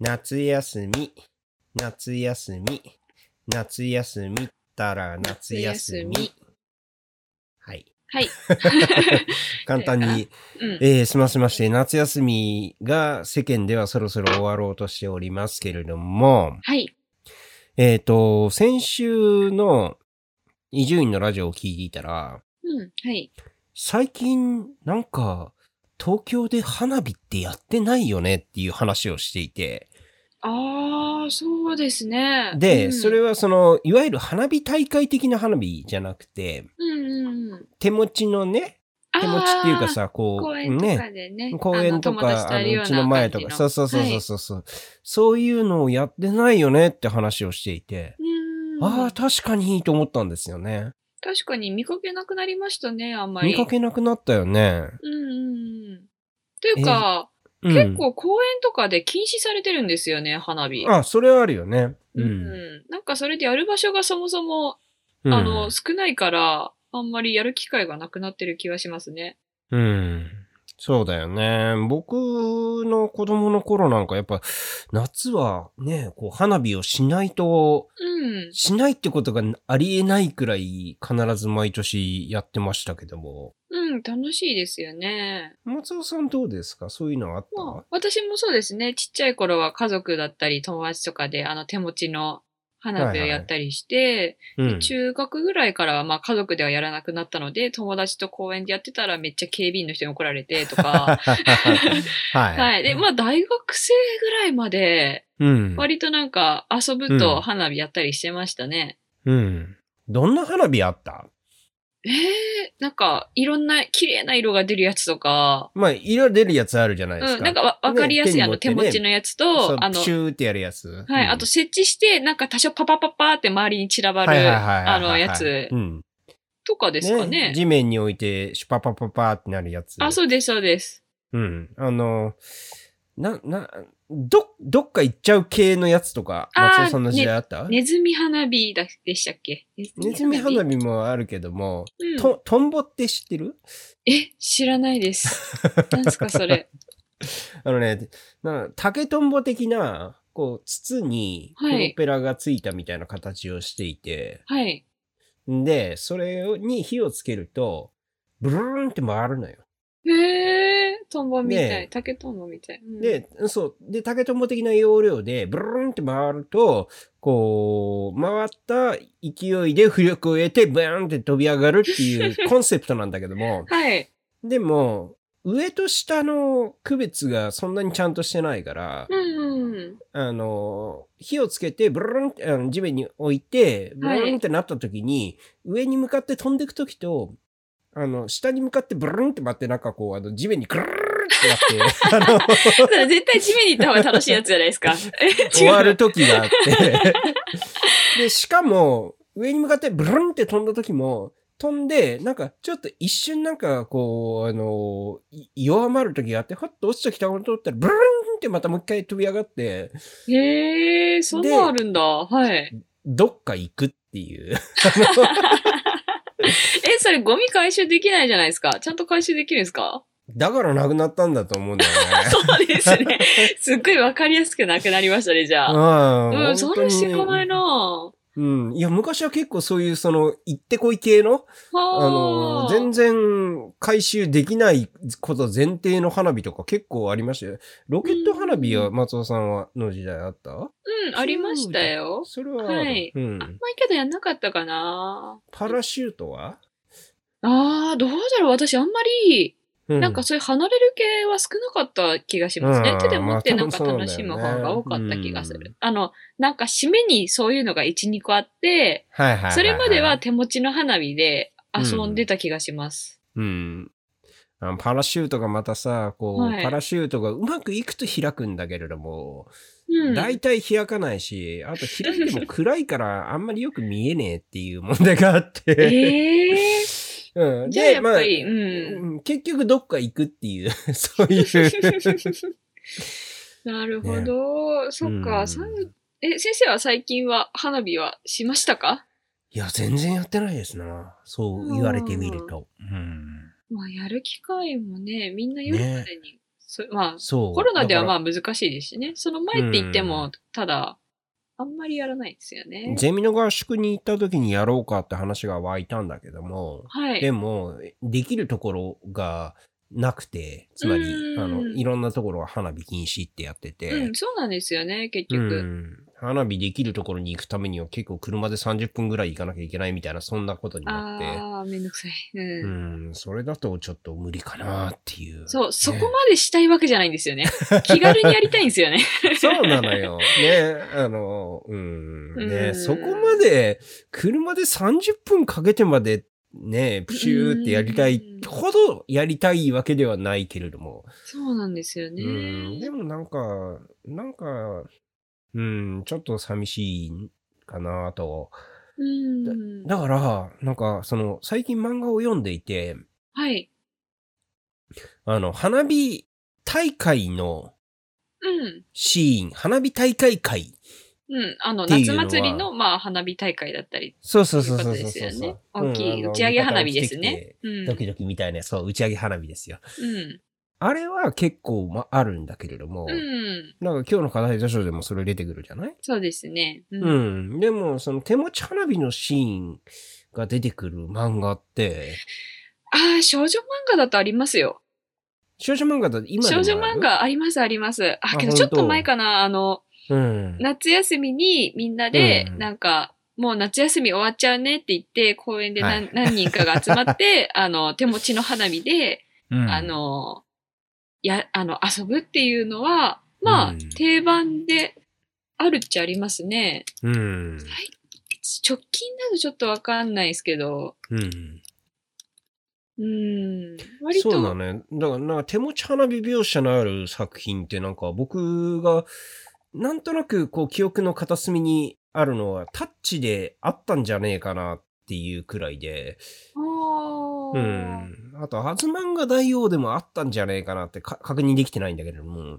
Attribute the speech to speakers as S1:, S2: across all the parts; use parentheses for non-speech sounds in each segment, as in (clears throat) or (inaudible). S1: 夏休み、夏休み、夏休みったら夏休み。
S2: 夏休み (laughs)
S1: はい。 (laughs)
S2: はい。
S1: 簡単に、
S2: うん。
S1: えー、済ませまして、夏休みが世間ではそろそろ終わろうとしておりますけれども、
S2: はい。
S1: えっ、と、先週の伊集院のラジオを聞いていたら、
S2: うん。はい。
S1: 最近なんか東京で花火ってやってないよねっていう話をしていて、
S2: ああ、そうですね。
S1: で、
S2: うん
S1: それはその、いわゆる花火大会的な花火じゃなくて、
S2: うんうんうん。
S1: 手持ちのね、手持ちっていうか
S2: あ
S1: さ、
S2: ー、
S1: こ
S2: 公
S1: う、
S2: 園と
S1: ね、
S2: かでね。
S1: 公園とか、あ
S2: あの
S1: の、うちの前とか、そうそうそうそう
S2: そ
S1: そうそう、そういうのをやってないよねって話をしていて、
S2: う。うん。
S1: ああ、確かにいいと思ったんですよね。
S2: 確かに見かけなくなりましたね、あんまり。
S1: 見かけなくなったよね。
S2: うんうんうん。というか、
S1: うん
S2: 結構公園とかで禁止されてるんですよね、花火。
S1: あ、それはあるよね。う
S2: うん
S1: ん。
S2: なんかそれでやる場所がそもそも、
S1: うん、
S2: あの、少ないから、あんまりやる機会がなくなってる気はしますね。
S1: うん。そうだよね。僕の子供の頃なんかやっぱ夏はね、こう花火をしないと、
S2: うん。
S1: しないってことがありえないくらい必ず毎年やってましたけども。
S2: うん、楽しいですよね。
S1: 松尾さんどうですかそういうのあっ
S2: まあ、私もそうですね。ちっちゃい頃は家族だったり友達とかで、あの手持ちの花火をやったりして、
S1: たうん。 (laughs)
S2: (laughs) 中学ぐらいからはまあ家族ではやらなくなったので、友達と公園でやってたらめっちゃ警備員の人に怒られて
S1: (laughs)
S2: と
S1: は
S2: か。
S1: い。
S2: はい。で、まあ大学生ぐらいまで、
S1: うん。
S2: 割となんか遊ぶと花火やったりしてましたね。
S1: うん。どんな花火あった
S2: ええなんかいろんな綺麗な色が出るやつとか、
S1: まあ、色出るやつあるじゃないですか。
S2: うん、なんかわわかりやすい、
S1: ね
S2: あの手
S1: 手に持
S2: 持
S1: ってね
S2: ちのやつ
S1: そう
S2: と、あの
S1: プ、シューってやるやつ。
S2: は
S1: う
S2: い。
S1: ん
S2: あと、設置して、なんか多少パパパパーって周りに散らばる、
S1: はいはいはいはいはい
S2: あの、やつ
S1: うん。
S2: とかですかね。
S1: 地面に置いて、シュパパパパーってなるやつ。
S2: あ、そうです、そうです。
S1: うん。あの、な、な、ど、どっか行っちゃう系のやつとか、
S2: あー
S1: 松尾さんの時代あった、
S2: ネズミ花火だでしたっけネズ
S1: ネズミ花火もあるけども、
S2: うん
S1: と、トンボって知ってる
S2: え、知らないです。
S1: (laughs)
S2: なんすか、それ。
S1: あのね、な竹トンボ的な、こう、筒にプ
S2: はい
S1: ロペラがついたみたいな形をしていて、
S2: はい。
S1: んで、それに火をつけると、ブルーンって回るのよ。
S2: へえ、トンボみたい。
S1: ねえ
S2: 竹トンボみたい。うん、
S1: で、そう。で、竹とんぼ的な要領で、ブルーンって回ると、こう、回った勢いで浮力を得て、ブーンって飛び上がるっていうコンセプトなんだけど
S2: (laughs)
S1: も、
S2: はい。
S1: でも、上と下の区別がそんなにちゃんとしてないから、
S2: うんうん。
S1: あの、火をつけて、ブルーンってあの地面に置いて、ブルーンってなった時に、上に向かって飛んでいく時と、あの、下に向かってブルーンって回って、なんかこう、あの、地面にクルー
S2: (laughs)
S1: ってなって、あの、
S2: だから絶対地面に行った方が楽しいやつじゃないで
S1: (laughs)
S2: すか。え違う
S1: 終わる時があって。 (laughs) で、しかも、上に向かってブルンって飛んだ時も、飛んで、なんか、ちょっと一瞬なんか、こう、あのい弱まる時があって、ふっと落ちてきたものと思ったら、ブルンってまたもう一回飛び上がって、
S2: へえ、そんなんあるんだ。はい。
S1: どっか行くっていう。
S2: え、それゴミ回収できないじゃないですか。ちゃんと回収できるんですか
S1: だからなくなったんだと思うんだよ (laughs) ね。
S2: そうですね。すっごいわかりやすくなくなりましたね、じゃあ。
S1: う
S2: うん、それしてこないなぁ。
S1: うん。いや、昔は結構そういう、その、行ってこい系のあ
S2: は
S1: の、全然回収できないこと前提の花火とか結構ありましたよ。ロケット花火は松尾さんはの時代あった
S2: うん、ありましたよ。
S1: それは、
S2: はい
S1: うん。
S2: まあ、けどやんなかったかな
S1: パラシュートは、
S2: あー、どうだろう。私あんまり、
S1: う
S2: なんかそういう離れる系は少なかった気がします
S1: う
S2: ね
S1: ん。
S2: 手で持ってな
S1: ま
S2: ん
S1: あ
S2: か
S1: 多分そうだよね
S2: 楽しむ方が多かった気がす
S1: う
S2: る。あの、なんか締めにそういうのが1、2個あって、
S1: はいはいはいい
S2: それまでは、手持ちの花火で遊んでた気がします。
S1: うん。あのパラシュートがまたさ、こう、
S2: はい
S1: パラシュートがうまくいくと開くんだけれども、
S2: うん。
S1: 大体開かないし、あと開いても暗いからあんまりよく見えねえっていう問題があって。
S2: ええ
S1: うん、
S2: じゃあやっぱ
S1: (laughs) で
S2: り、うん。
S1: うん結局どっか行くっていう、 (laughs) そう
S2: (laughs)
S1: いう。
S2: なるほど。そっか、
S1: うん
S2: さんえ、先生は最近は花火はしましたか
S1: いや、全然やってないですな。そう言われてみると。うん。
S2: まあ、やる機会もね、みんな夜までにそまあ、
S1: そう。
S2: コロナでは
S1: だ
S2: ま
S1: か
S2: あ難しいですしね。その前って言っても、ただ、あんまりやらないですよ
S1: ら
S2: ね。
S1: ゼミの合宿に行った時にやろうかって話が湧いたんだけども、
S2: はい。
S1: でも、できるところがなくて、つまり、
S2: うん
S1: あの、いろんなところは花火禁止ってやってて、
S2: うん、そうなんですよね、結
S1: う
S2: 局。
S1: ん花火できるところに行くためには結構車で30分ぐらい行かなきゃいけないみたいな、そんなことになって。
S2: ああ、めんどくさい。うん。
S1: うん、それだとちょっと無理かなっていう。
S2: そう、そこ
S1: ね
S2: までしたいわけじゃないんです
S1: (laughs)
S2: よね。気軽にやりたいんですよね。
S1: そうなの
S2: (laughs)
S1: よ。ね、あの、うん、
S2: う
S1: ね、
S2: ん
S1: そこまで、車で30分かけてまで、ね、プシューってやりたいほどやりたいわけではないけれども。
S2: そうなんですよね。
S1: うん、でもなんか、なんか、うん、ちょっと寂しいかなと。
S2: うん。
S1: だから、なんか、その、最近漫画を読んでいて、
S2: はい。
S1: あの、花火大会の
S2: うん。
S1: シーン、花火大会会。
S2: うん。あの、
S1: っていう
S2: 夏
S1: のは
S2: 祭りの、まあ、花火大会だったり。
S1: そうそうそう
S2: とい
S1: そう
S2: こ
S1: う
S2: と
S1: そう
S2: です
S1: そう
S2: よ
S1: そう、
S2: ね。大きい
S1: うん
S2: 打ち上げ花火です。
S1: 浴衣を着てき
S2: ね
S1: て。
S2: うん。
S1: ドキドキみたいな、そう、打ち上げ花火ですよ。
S2: うん。
S1: あれは結構、ま、あるんだけれども、
S2: うん。
S1: なんか今日の課題図書でもそれ出てくるじゃない
S2: そうですね。う。
S1: うんん。でも、その手持ち花火のシーンが出てくる漫画って、
S2: ああ、少女漫画だとありますよ。
S1: 少女漫画だと今でも
S2: 少
S1: ある
S2: 女漫画ありますあります。あ、けど
S1: あ
S2: ちょ
S1: 本
S2: っと
S1: 当
S2: 前かな、あの、
S1: うん。
S2: 夏休みにみんなで、
S1: うん
S2: なんか、もう夏休み終わっちゃうねって言って、公園で何,、
S1: はい
S2: 何人かが集ま
S1: (laughs)
S2: って、あの、手持ちの花火で、
S1: うん
S2: あ、の、や、あの、遊ぶっていうのは、まあ、
S1: うん
S2: 定番であるっちゃありますね。
S1: うん。
S2: 直近だとちょっとわかんないですけど、
S1: うん。
S2: うん、割と。
S1: そうだね。だから、なんか手持ち花火描写のある作品ってなんか僕が、なんとなくこう記憶の片隅にあるのはタッチであったんじゃねえかなっていうくらいで、
S2: あ
S1: う
S2: ー
S1: ん。あと、アズマンが大王でもあったんじゃねえかなってか確認できてないんだけれども、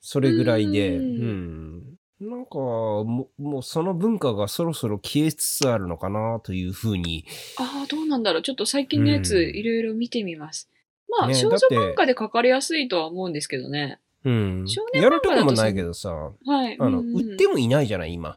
S1: それぐらいで、う。
S2: うん
S1: なんかも、もうその文化がそろそろ消えつつあるのかなというふうに
S2: ああ、どうなんだろう。ちょっと最近のやつ、
S1: うん
S2: いろいろ見てみます。まあ、
S1: ね
S2: 少女
S1: だって
S2: 漫画で書かれやすいとは思うんですけどね。
S1: うん
S2: 少。年漫
S1: や
S2: 画
S1: る
S2: だと
S1: とこもないけどさ、
S2: はい。
S1: あの、
S2: うんうん
S1: 売ってもいないじゃない、今。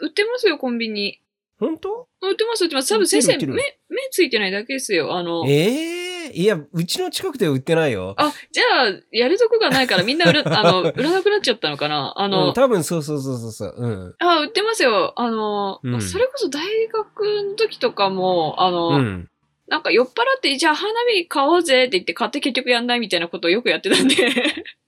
S2: 売ってますよ、コンビニ。
S1: 本当
S2: 売ってます、売ってます。多分先
S1: 売
S2: 生、
S1: ってる
S2: 目、
S1: 売って
S2: 目ついてないだけですよ。あの、
S1: ええいや、うちの近くでは売ってないよ。
S2: あ、じゃあ、やるとこがないからみんな
S1: (laughs)
S2: 売る、あの、売らなくなっちゃったのかな。あ
S1: あ
S2: の、
S1: 多分そうそうそうそうそう。うん。
S2: あ、売ってますよ。あの、
S1: うん
S2: それこそ大学の時とかも、あの、
S1: うん。
S2: なんか酔っ払って、じゃあ花火買おうぜって言って買って結局やんないみたいなことをよくやってた
S1: (laughs)
S2: んで。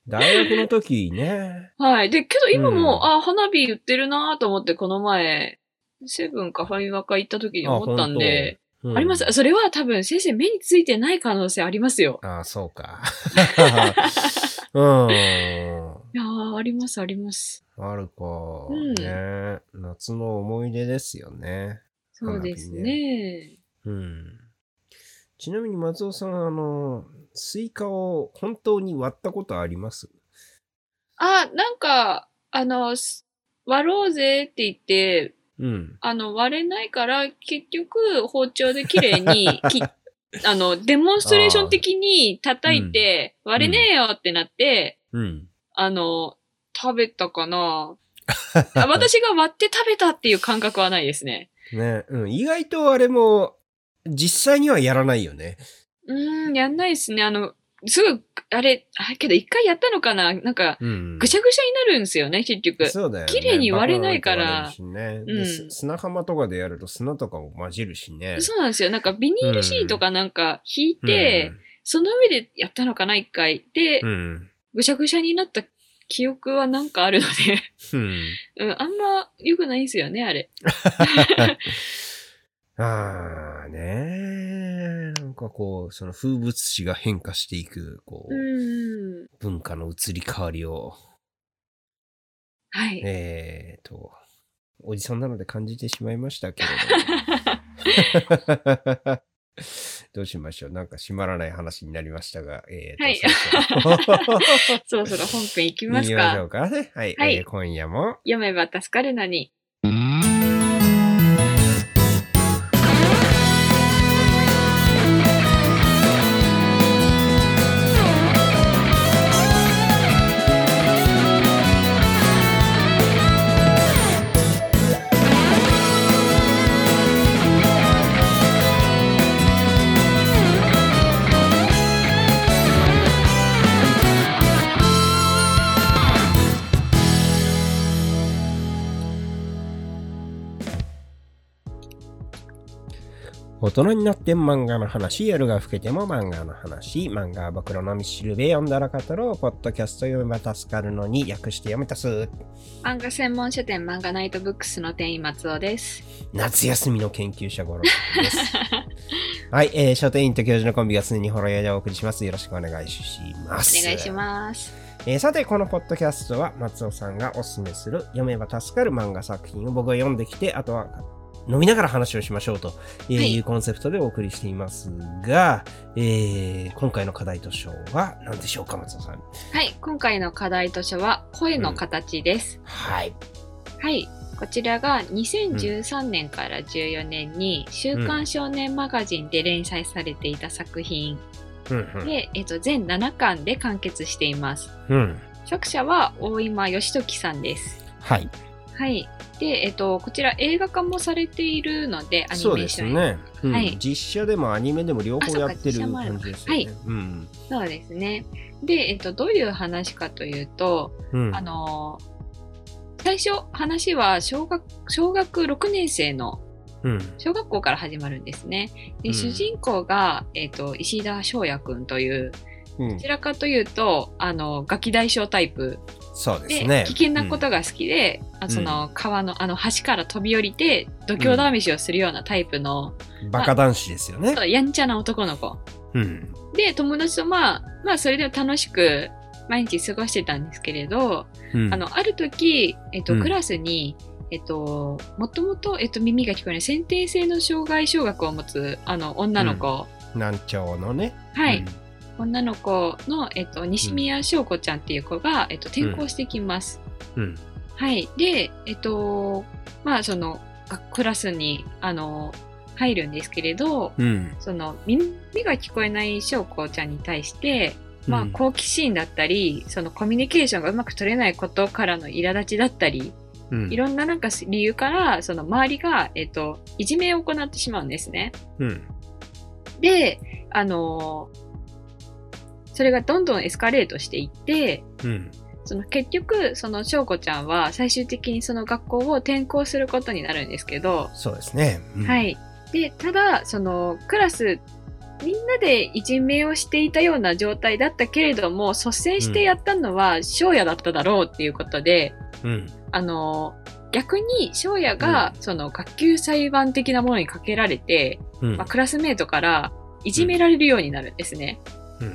S1: 大学の時ね。
S2: はい。で、けど今も、
S1: う
S2: あ、花火売ってるなと思って、この前、セブンかファミマか行った時に (laughs) 思ったんで、
S1: う
S2: あ
S1: ん
S2: ります。それは多分先生目についてない可能性ありますよ。
S1: ああ、そう
S2: (laughs)
S1: か。うん。
S2: いやーあります、あります。
S1: あるか。
S2: ん
S1: ね夏の思い出ですよね。
S2: そうですね。
S1: うん。ちなみに松尾さん、あの、スイカを本当に割ったことあります
S2: あ、なんか、あの、す割ろうぜって言って、
S1: うん。
S2: あの、割れないから、結局、包丁で綺
S1: (laughs)
S2: 麗に切っあの、デモンストレーション的に叩いて、割れねえよってなって、
S1: うん。
S2: あの、食べた
S1: (laughs)
S2: かなあ私が割って食べたっていう感覚はないですね。
S1: ね、うん、意外とあれも、実際にはやらないよね。
S2: うーん、やんないですね。あの、すぐ、あれ、あけど一回やったのかななんか、
S1: うん
S2: ぐちゃぐちゃになるんですよね、結局。
S1: そうだよね。
S2: 綺麗に割れないから
S1: バカな割れるしね
S2: うん
S1: で砂砂浜とかでやると砂とかも混じるしね。
S2: そうなんですよ。なんかビニールシートかなんか引いて、その上でやったのかな一回。で
S1: うん、う、ん。
S2: ぐちゃぐちゃになった記憶はなんかあるので、 (laughs)
S1: うん。
S2: うん、あんま良くないんですよね、あれ。
S1: ああ、ねなんかこう、その風物詩が変化していく、こ
S2: う
S1: う、
S2: ーん。
S1: 文化の移り変わりを、
S2: はい。
S1: えーと、おじさんなので感じてしまいましたけれど
S2: (laughs)
S1: も。どうしましょう。なんか閉まらない話になりましたが、えーと、
S2: はい
S1: そ
S2: (laughs)
S1: ろそろ
S2: そろそろ本編行き
S1: 行
S2: ます
S1: きまし
S2: か
S1: ょ。うかね。はい。
S2: はい
S1: えー今夜も。
S2: 読めば助かるのに。
S3: 「
S1: 大人になって漫画の話、夜が更けても漫画の話、漫画は僕のみしるべ読んだらかたろう、ポッドキャスト読めば助かるのに訳して読めたす。
S2: 漫画専門書店漫画ナイトブックスの店員松尾です。
S1: 夏休みの研究者五郎
S2: (laughs)
S1: です。はい、えー、書店員と教授のコンビが常にほろ酔いでお送りします。よろしくお願いします。
S2: お願いします。
S1: えーさて、このポッドキャストは松尾さんがおすすめする読めば助かる漫画作品を僕が読んできて、あとは飲みながら話をしましょうとえー
S2: はい
S1: いうコンセプトでお送りしていますが、えー今回の課題図書は何でしょうか、松尾さん。
S2: はい、今回の課題図書は声の形です。
S1: はい。
S2: はい、こちらが2013年から14年に週刊少年マガジンで連載されていた作品
S1: うんうん。
S2: で、えっと、全7巻で完結しています。
S1: うん。
S2: 作者は大今義時さんです。
S1: はい。
S2: はい。で、えっと、こちら映画化もされているので、アニメ
S1: そう
S2: ー
S1: で
S2: シ
S1: す
S2: ョン。
S1: ね、うん
S2: はい
S1: 実写でもアニメでも両
S2: あ
S1: 方
S2: そう
S1: や
S2: か
S1: ってる
S2: 実写もある
S1: 感
S2: の
S1: じ
S2: か
S1: ですよね。うん。
S2: そうですね。で、えっと、どういう話かというと、
S1: うん。
S2: あのー最初話は小学小学6年生の
S1: うん。
S2: 小学校から始まるんですね。で
S1: うん
S2: 主人公が、えっと石田翔也くんという
S1: うん
S2: どちらかというとあのガキ大将タイプ
S1: そうで
S2: で、
S1: すね。
S2: 危険なことが好きで、あその川のあの橋から飛び降りて度胸試しをするようなタイプの、
S1: うんバカ男子ですよね。
S2: やんちゃな男の子。
S1: うん。
S2: で友達とまあまあそれで楽しく毎日過ごしてたんですけれど、
S1: うん
S2: あ、の、ある時、えっと、
S1: うん
S2: クラスに、えっと、もともと、えっと、耳が聞こえない先天性の障害小学を持つ、あの、女の子。
S1: 南朝のね。
S2: はい、。女の子の、えっと、西宮翔子ちゃんっていう子が、えっと、転校してきます。
S1: うん。
S2: はい。で、えっと、まあ、その、がクラスに、あの、入るんですけれど、
S1: うん。
S2: その、耳が聞こえない翔子ちゃんに対して、ま
S1: う
S2: あ、
S1: ん
S2: 好奇心だったり、その、コミュニケーションがうまく取れないことからの苛立ちだったり、
S1: うん
S2: いろんななんか理由から、その周りが、えっ、と、いじめを行ってしまうんですね。
S1: うん。
S2: で、あのーそれがどんどんエスカレートしていって、
S1: うん。
S2: その結局、その翔子ちゃんは最終的にその学校を転校することになるんですけど、
S1: そうですね。うん
S2: は。い。で、ただ、そのクラス、みんなでいじめをしていたような状態だったけれども、率先してやったのは翔也だっただろうっていうことで、
S1: うん。
S2: あの逆に翔也が、その学級裁判的なものにかけられて、
S1: うん
S2: まあ、クラスメートからいじめられるようになるんですね。
S1: うん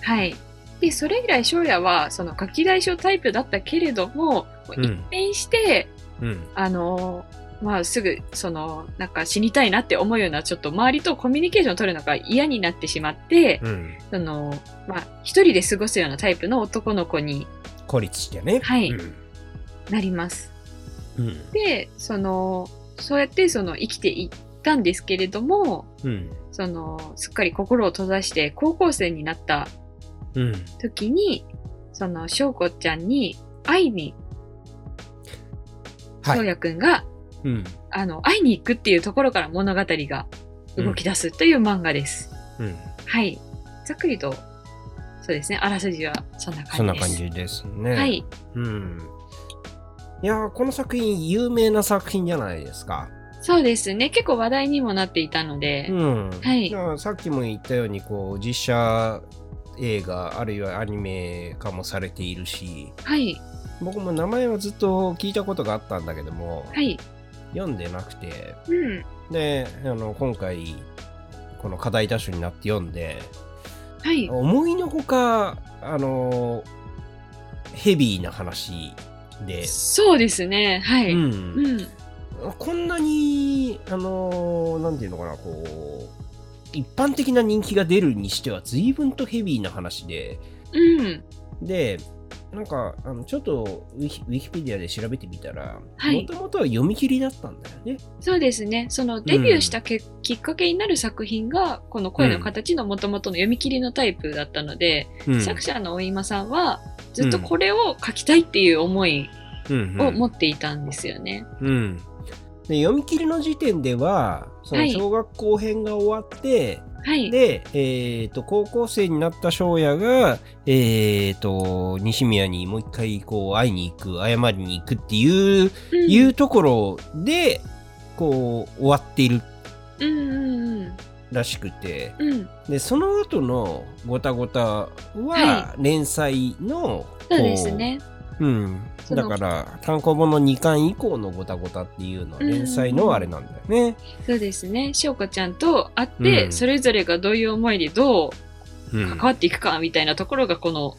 S2: はい。で、それ以来翔也はそのガキ大将タイプだったけれども、
S1: うん
S2: 一変して、
S1: うん。
S2: あのまあ、すぐ、その、なんか死にたいなって思うような、ちょっと周りとコミュニケーションを取るのが嫌になってしまって、
S1: うん。
S2: その、まあ、一人で過ごすようなタイプの男の子に
S1: 孤立してね。
S2: はい
S1: うん。
S2: なります。
S1: うん
S2: でそのそうやってその生きていったんですけれども
S1: うん。
S2: そのすっかり心を閉ざして高校生になった
S1: うん。
S2: 時にその翔子ちゃんに会いに
S1: は
S2: 翔
S1: い。
S2: 也くんが、
S1: うん。
S2: あの会いに行くっていうところから物語が動き出すという漫画です。
S1: うん。
S2: はいざっくりとそうですねあらすじはそんな感じです。
S1: そんな感じですね。
S2: はい、
S1: うん。いやーこの作品、有名な作品じゃないですか。
S2: そうですね結構話題にもなっていたので、
S1: うん。
S2: はい
S1: やさっきも言ったように、こう、実写映画、あるいはアニメ化もされているし、
S2: はい
S1: 僕も名前はずっと聞いたことがあったんだけども、
S2: はい、
S1: 読んでなくて、
S2: うん、
S1: で、あの、今回、この課題ダッシュになって読んで、
S2: はい、
S1: 思いのほか、あの、ヘビーな話で、
S2: そうですねはい、
S1: うん、
S2: うん
S1: こんなに、あの、なんていうのかな、こう、一般的な人気が出るにしては随分とヘビーな話で、
S2: うん。
S1: で、なんか、あのちょっとウィキウィキペディアで調べてみたら、
S2: はい
S1: もともとは読み切りだったんだよね。
S2: そうですね。そのデビューしたけ、きっかけになる作品が、この声の形の元々の読み切りのタイプだったので、
S1: うん
S2: 作者の大今さんは、ずっとこれを書きたいっていう思い
S1: うん
S2: を持っていたんですよね。
S1: うん、で読み切りの時点ではそ
S2: は
S1: の
S2: い
S1: 小学校編が終わって、
S2: はい。
S1: で、えー、と高校生になった翔也が、えー、と西宮にもう一回こう会いに行く謝りに行くっていう,、
S2: うん
S1: いうところでこう終わっている
S2: うんうんうん
S1: らしくて、
S2: うん
S1: で、その後のごたごたは
S2: は
S1: 連載の、
S2: そうですね
S1: うん。
S2: そ
S1: だ
S2: の
S1: から、単行本の2巻以降のごたごたっていうのは連載のあれなんだよね。
S2: そうですね翔子ちゃんと会って、
S1: うん
S2: それぞれがどういう思いでど
S1: う
S2: うん関わっていくかみたいなところがこの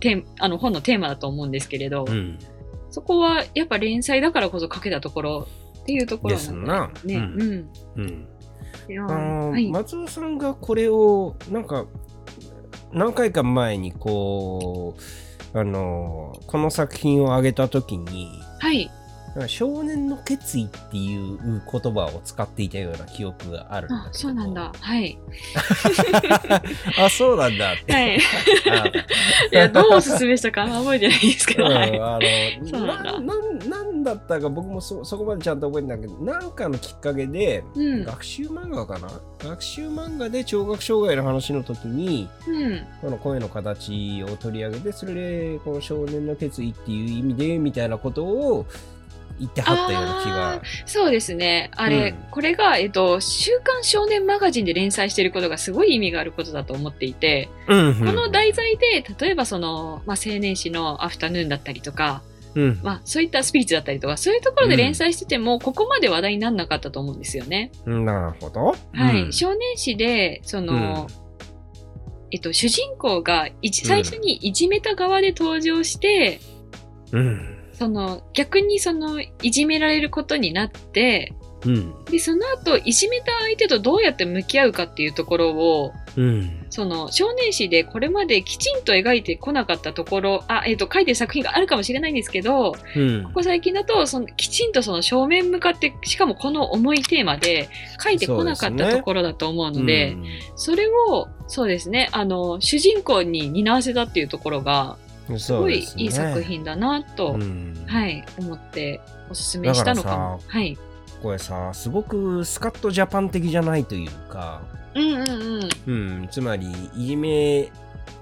S2: テーあの本のテーマだと思うんですけれど、
S1: うん。
S2: そこはやっぱ連載だからこそ書けたところっていうところなんだよね。
S1: です
S2: うん
S1: うん。
S2: いや
S1: あ
S2: ー
S1: の
S2: はい
S1: 松尾さんがこれをなんか何回か前にこうあのこの作品をあげた時に
S2: はい。
S1: なんか少年の決意っていう言葉を使っていたような記憶があるんだ
S2: あ
S1: けど
S2: そうなんだ。はい。
S1: (laughs) あそうなんだって、
S2: はい。い
S1: あ
S2: や、どうおすすめしたかあんま覚えてないですけど。は
S1: う
S2: い
S1: んあの
S2: そうなん
S1: な
S2: だ
S1: なんなんだったか僕もそそこまでちゃんと覚えてないけどなんかのきっかけで、
S2: うん。
S1: 学習漫画かな学習漫画で聴覚障害の話の時に
S2: うん。
S1: この声の形を取り上げてそれでこの少年の決意っていう意味でみたいなことを言ってはったような気が
S2: あそうですね。あれ、
S1: うん
S2: これが、えっと、週刊少年マガジンで連載していることがすごい意味があることだと思っていて、
S1: こ
S2: この題材で、例えばその、まあ、青年誌のアフタヌーンだったりとか、
S1: うん
S2: まあ、そういったスピーチだったりとか、そういうところで連載してても、ここまで話題にならなかったと思うんですよね。
S1: なるほど
S2: はい。
S1: うん
S2: 少年誌で、その、えっと、主人公がいじ最初にいじめた側で登場して、
S1: うん
S2: その、逆にその、いじめられることになって、
S1: うん
S2: で、その後、いじめた相手とどうやって向き合うかっていうところを、
S1: うん
S2: その、少年誌でこれまできちんと描いてこなかったところ、あ、えっと、書いてる作品があるかもしれないんですけど、
S1: うん
S2: ここ最近だとそのきちんとその正面向かってしかもこの重いテーマで書いてこなか
S1: そう
S2: っ
S1: ですね
S2: たところだと思うのでそれをそうですねあの主人公に担わせたっていうところが
S1: うん
S2: す
S1: そ
S2: ご
S1: う
S2: い
S1: ですね
S2: いい作品だなと、
S1: うん
S2: はい、思っておすすめしたのかも。
S1: だ
S2: はい、
S1: これさすごくスカッとジャパン的じゃないというか
S2: うんうんうん
S1: うん、つまりいじめ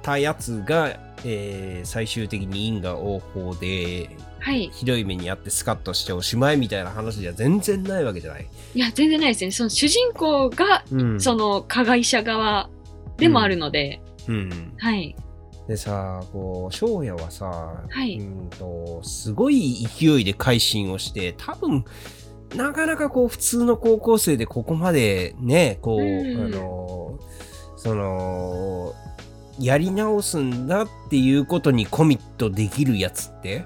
S1: たやつが、えー最終的に因果応報で
S2: はい、
S1: ひどい目にあってスカッとしておしまいみたいな話じゃ全然ないわけじゃない。
S2: いや全然ないですねその主人公が
S1: うん
S2: その加害者側でもあるので、
S1: うん、
S2: はい
S1: でさこう翔也はさ、
S2: はい
S1: うんとすごい勢いで改心をして多分なかなかこう普通の高校生でここまでねこう、
S2: うん
S1: あのそのやり直すんだっていうことにコミットできるやつって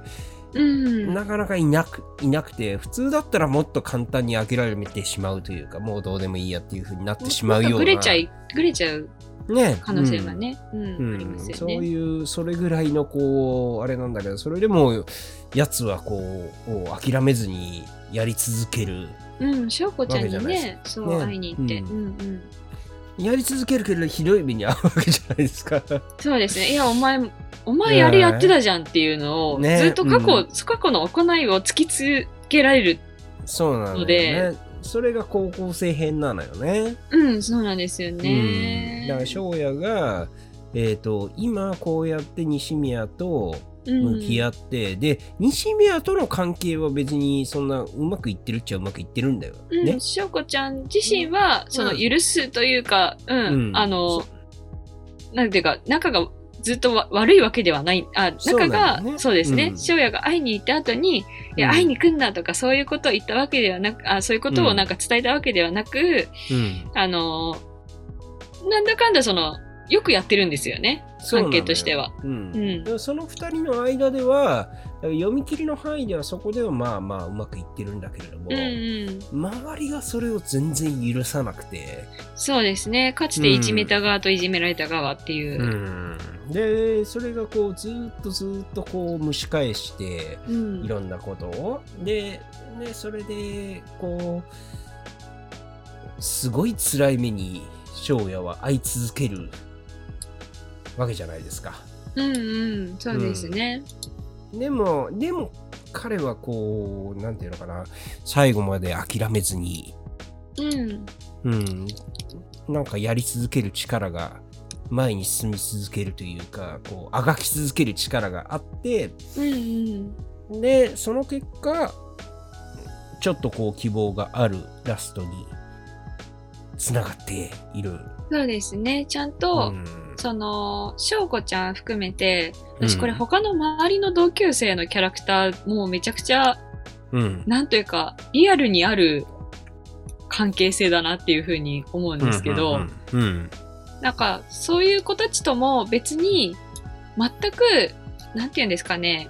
S2: うん
S1: なかなかいなく、いなくて、普通だったらもっと簡単に諦めてしまうというか、もうどうでもいいやっていう風になってしまうような。
S2: ぐれちゃいぐれちゃう
S1: ね
S2: 可能性がね、うん
S1: うん
S2: ありますよね。
S1: そういう、それぐらいのこう、あれなんだけど、それでも、やつはこう、こう諦めずにやり続ける。
S2: うん、しょうこちゃん
S1: わ
S2: に
S1: けじゃない
S2: ね、そう、
S1: ね
S2: 会いに行って、
S1: う
S2: うんん、うん。
S1: やり続けるけど、ひどい目に遭うわけじゃないです
S2: (laughs)
S1: か。
S2: そうですね。いや、お前、お前あれやってたじゃんっていうのを、
S1: ね
S2: ずっと過去、
S1: うん
S2: 過去の行いを突きつけられる。
S1: そうなのよ
S2: ので
S1: ね。それが高校生編なのよね。
S2: うん、そうなんですよ
S1: う
S2: ね
S1: ん。だから、翔也が、えっ、と、今こうやって西宮と、向き合
S2: っ
S1: って、で西宮との関係は別にそんなうまくいってるっちゃうまくいってるんだよ。
S2: うん、
S1: ね、
S2: しょうこちゃん自身は、その、
S1: うん
S2: 許すというか、う、
S1: うんん
S2: あの、なんていうか、仲が、ずっとわ悪いわけではない。あ、
S1: そう
S2: 仲
S1: な
S2: が、
S1: ん
S2: そ
S1: だ
S2: う,、
S1: よね
S2: です
S1: う
S2: ね。
S1: ん
S2: 翔也が会いに行った後に、いや、
S1: うん
S2: 会いに行くんだとか、そういうことを言ったわけではなく、あそういうこと
S1: う
S2: を
S1: ん
S2: なんか伝えたわけではなく、
S1: うん
S2: あのーなんだかんだその、よくやってるんですよね。
S1: そうな
S2: 関
S1: のよ
S2: 係としては。
S1: うん
S2: うん
S1: だからその2人の間では読み切りの範囲ではそこではまあまあうまくいってるんだけれども、
S2: うんうん。
S1: 周りがそれを全然許さなくて、
S2: そうですね。かつていじめた側といじめられた側っていう。
S1: でそれがこうずーっとずーっとこう蒸し返して
S2: うん
S1: いろんなことをででそれでこうすごい辛い目に翔也は会い続けるわけじゃないですか
S2: うんうん。そうですね。
S1: でもでも彼はこうなんていうのかな最後まで諦めずに
S2: うん。
S1: うんなんかやり続ける力が前に進み続けるというかこうあがき続ける力があって
S2: うんうん。
S1: でその結果ちょっとこう希望があるラストにつながっている。
S2: そうですね。ちゃんと、その、翔子ちゃん含めて、私これ他の周りの同級生のキャラクター、もうめちゃくちゃ、
S1: うん、うん
S2: なんというか、リアルにある関係性だなっていうふうに思うんですけ
S1: う
S2: ど、
S1: んうんうん
S2: なんか、そういう子たちとも別に、全く、なんて言うんですかね、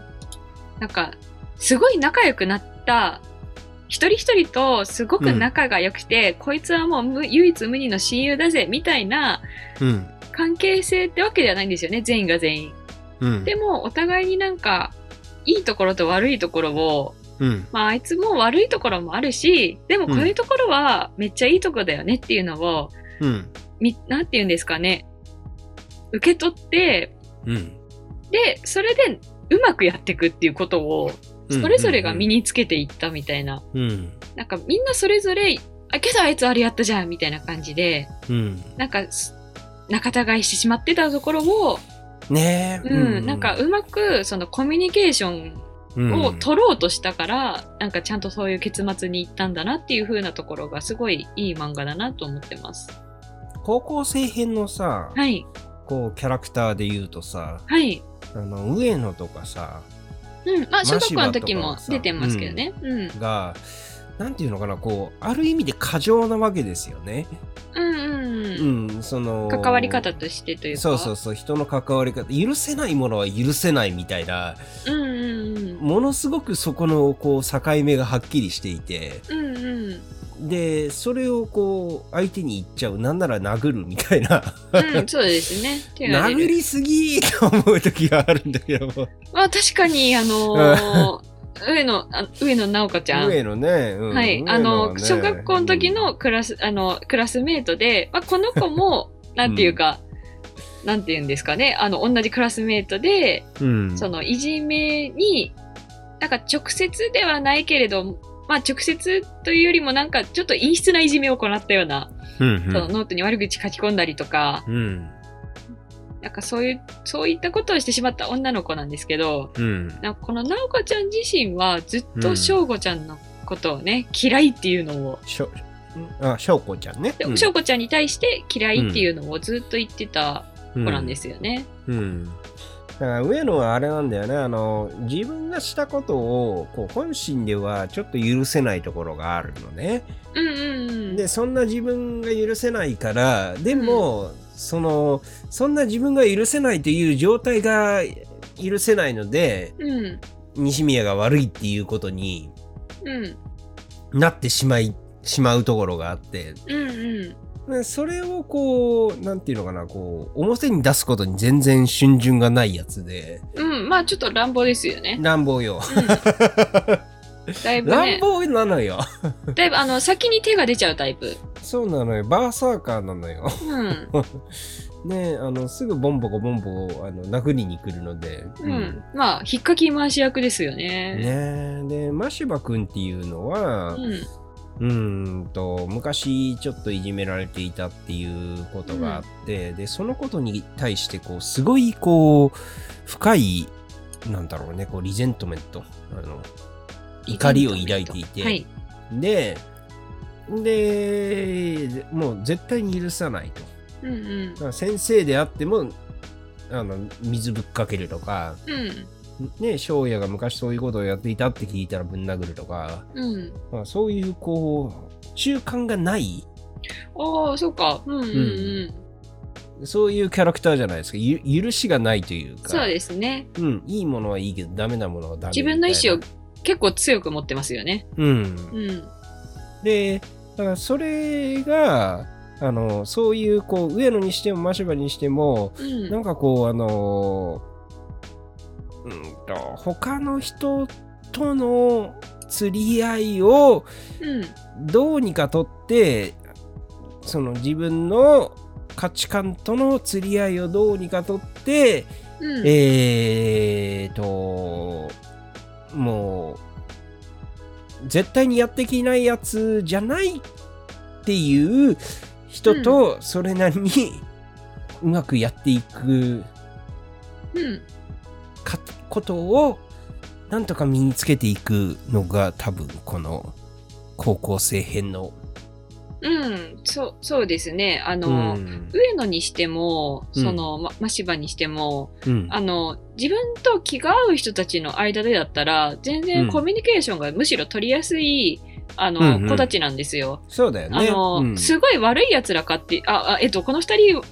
S2: なんか、すごい仲良くなった、一人一人とすごく仲が良くて、こいつはもう無唯一無二の親友だぜ、みたいな
S1: うん
S2: 関係性ってわけではないんですよね、全員が全員。
S1: うん
S2: でも、お互いになんか、いいところと悪いところを、
S1: うん
S2: まあ、あいつも悪いところもあるし、でもこういうところはめっちゃいいところだよねっていうのを、
S1: うん
S2: み、なんて言うんですかね。受け取って、
S1: うん
S2: で、それでうまくやっていくっていうことを、
S1: うん
S2: それぞれが身につけていったみたいな。
S1: うん
S2: なんかみんなそれぞれ、あ、けどあいつあれやったじゃんみたいな感じで、
S1: うん
S2: なんかす、仲違いしてしまってたところを、
S1: ねえ
S2: うん、なんかうまく、そのコミュニケーションを取ろうとしたから、なんかちゃんとそういう結末に行ったんだなっていう風なところが、すごいいい漫画だなと思ってます。
S1: 高校生編のさ、
S2: はい、
S1: こうキャラクターで言うとさ
S2: はい。
S1: あの上野とかさ
S2: うん、まあ
S1: マ
S2: 小学
S1: シ
S2: 校
S1: バ
S2: の
S1: とか
S2: 時も出てますけどね。うん、
S1: がなんていうのかなこうある意味で過剰なわけですよね。
S2: うん、うん、
S1: う
S2: うん。
S1: ん、その
S2: 関わり方としてというか。
S1: そうそうそう人の関わり方許せないものは許せないみたいな
S2: うん、うん、うん。
S1: ものすごくそこのこう境目がはっきりしていて
S2: うん、うん。
S1: でそれをこう相手に言っちゃうなんなら殴るみたいな (laughs)
S2: うん、そうですね。手が出
S1: 殴
S2: る
S1: りすぎと思う時があるんだけども
S2: まあ確かに、あのー上野、あ上野直子ちゃん。
S1: 上野ね、うん
S2: はい。あの、小学校の時、のクラス、あの、クラスメートで、まあこの子も、なんていうか、なんていうんですかね、あの、同じクラスメートで、
S1: 上野はねうん
S2: そのいじめに、なんか直接ではないけれど、まあ直接というよりもなんかちょっと陰湿ないじめを行ったような、
S1: うん
S2: そのノートに悪口書き込んだりとか、
S1: うん
S2: なんかそういう、そういったことをしてしまった女の子なんですけど、
S1: うん
S2: なんかこの直子ちゃん自身はずっと翔子ちゃんのことをね、嫌いっていうのを、
S1: しょあしょうこちゃんね
S2: で翔子ちゃんに対して嫌いっていうのをずっと言ってた
S1: 子
S2: 子なんですよね。
S1: うん、だから上野はあれなんだよねあの自分がしたことをこう本心ではちょっと許せないところがあるのね。
S2: うんうんうん。
S1: でそんな自分が許せないからでも、そのそんな自分が許せないという状態が許せないので
S2: うん
S1: 西宮が悪いっていうことに
S2: うん
S1: なってしまいしまうところがあって
S2: うんうん。
S1: でそれをこうなんていうのかなこう表に出すことに全然逡巡がないやつで
S2: (laughs) うん、まあちょっと乱暴ですよね。
S1: 乱暴よ。
S2: だいぶ
S1: 乱
S2: ね、
S1: 暴なのよ。
S2: だいぶあの先に手が出ちゃうタイプ。
S1: そうなのよ。バーサーカーなのよ。
S2: うん。
S1: ねえあの、すぐボンボコボンボコ、あの、殴りに来るので。
S2: う
S1: うん
S2: ん。まあ、引っかき回し役ですよね。
S1: ねえで、マシバ君っていうのは、
S2: うん。
S1: うーんと、昔ちょっといじめられていたっていうことがあって、で、そのことに対して、こう、すごい、こう、深い、なんだろうね、こう、リゼントメント、あの、怒りを抱いていて、
S2: はい。
S1: で、で、もう絶対に許さないと。
S2: うんうん。
S1: まあ先生であってもあの水ぶっかけるとか、
S2: うん。
S1: ね、翔也が昔そういうことをやっていたって聞いたらぶん殴るとか、
S2: うん。
S1: まあ、そういうこう中間がない
S2: ああ、そうか。うんうんうん。
S1: そういうキャラクターじゃないですかゆ許しがないというか
S2: そうですね。
S1: うん、いいものはいいけどダメなものはダメ
S2: 自分の意思を
S1: みたい
S2: 結構強く持ってますよね。
S1: な、う、
S2: うんん。
S1: でだからそれがあのそういうこう上野にしてもマシュバにしても
S2: うん。
S1: なんかこう、あのーうんと、他の人との釣り合いを
S2: うん。
S1: どうにかとって、その自分の価値観との釣り合いをどうにかとって、
S2: うん。
S1: えーと、もう、絶対にやってきないやつじゃないっていう人と、それなりにうまくやっていく
S2: うん。
S1: かことをなんとか身につけていくのが多分この高校生編の
S2: うん、そう、そうですね。あ
S1: う
S2: の、
S1: ん。
S2: 上野にしても、
S1: うん
S2: その、ま、マシバにしても、
S1: うん。
S2: あの、自分と気が合う人たちの間でだったら、全
S1: うん
S2: 然コミュニケーションがむしろ取りやすい、あの、
S1: うんうん
S2: 子たちなんですよ。
S1: そうだよ
S2: あ
S1: ね。
S2: の、
S1: うん
S2: すごい悪い奴らかって、あ、あえっと、この二人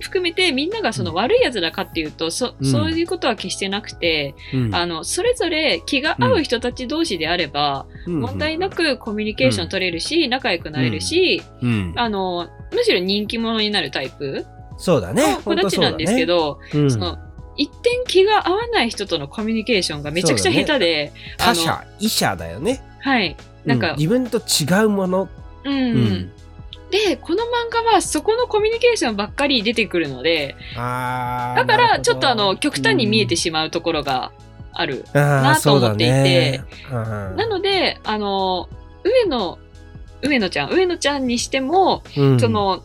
S2: 含めてみんながその悪い奴らかっていうと、そ、
S1: うん
S2: そういうことは決してなくて、
S1: うん
S2: あの、それぞれ気が合う人たち同士であれば、
S1: うん
S2: 問題なくコミュニケーション取れるし、仲良くなれるし、
S1: うん
S2: あの、むしろ人気者になるタイプ
S1: そうだね
S2: の。子たちなんですけど、
S1: 本当
S2: そ
S1: そうだね、うん
S2: の、一点気が合わない人とのコミュニケーションがめちゃくちゃ下手で、
S1: 他者、異者だよね。
S2: はい。なん
S1: う
S2: か、
S1: 自分と違うもの。
S2: うん、
S1: うん
S2: で、この漫画はそこのコミュニケーションばっかり出てくるので、
S1: あー
S2: だ
S1: な
S2: か
S1: るほ
S2: ら
S1: ど
S2: ちょっとあの、極端に見えてしまうところがある。
S1: うんあー
S2: なと思っていて
S1: そうだね
S2: なので、あの、上野、上野ちゃん、上野ちゃんにしても、
S1: うん
S2: その、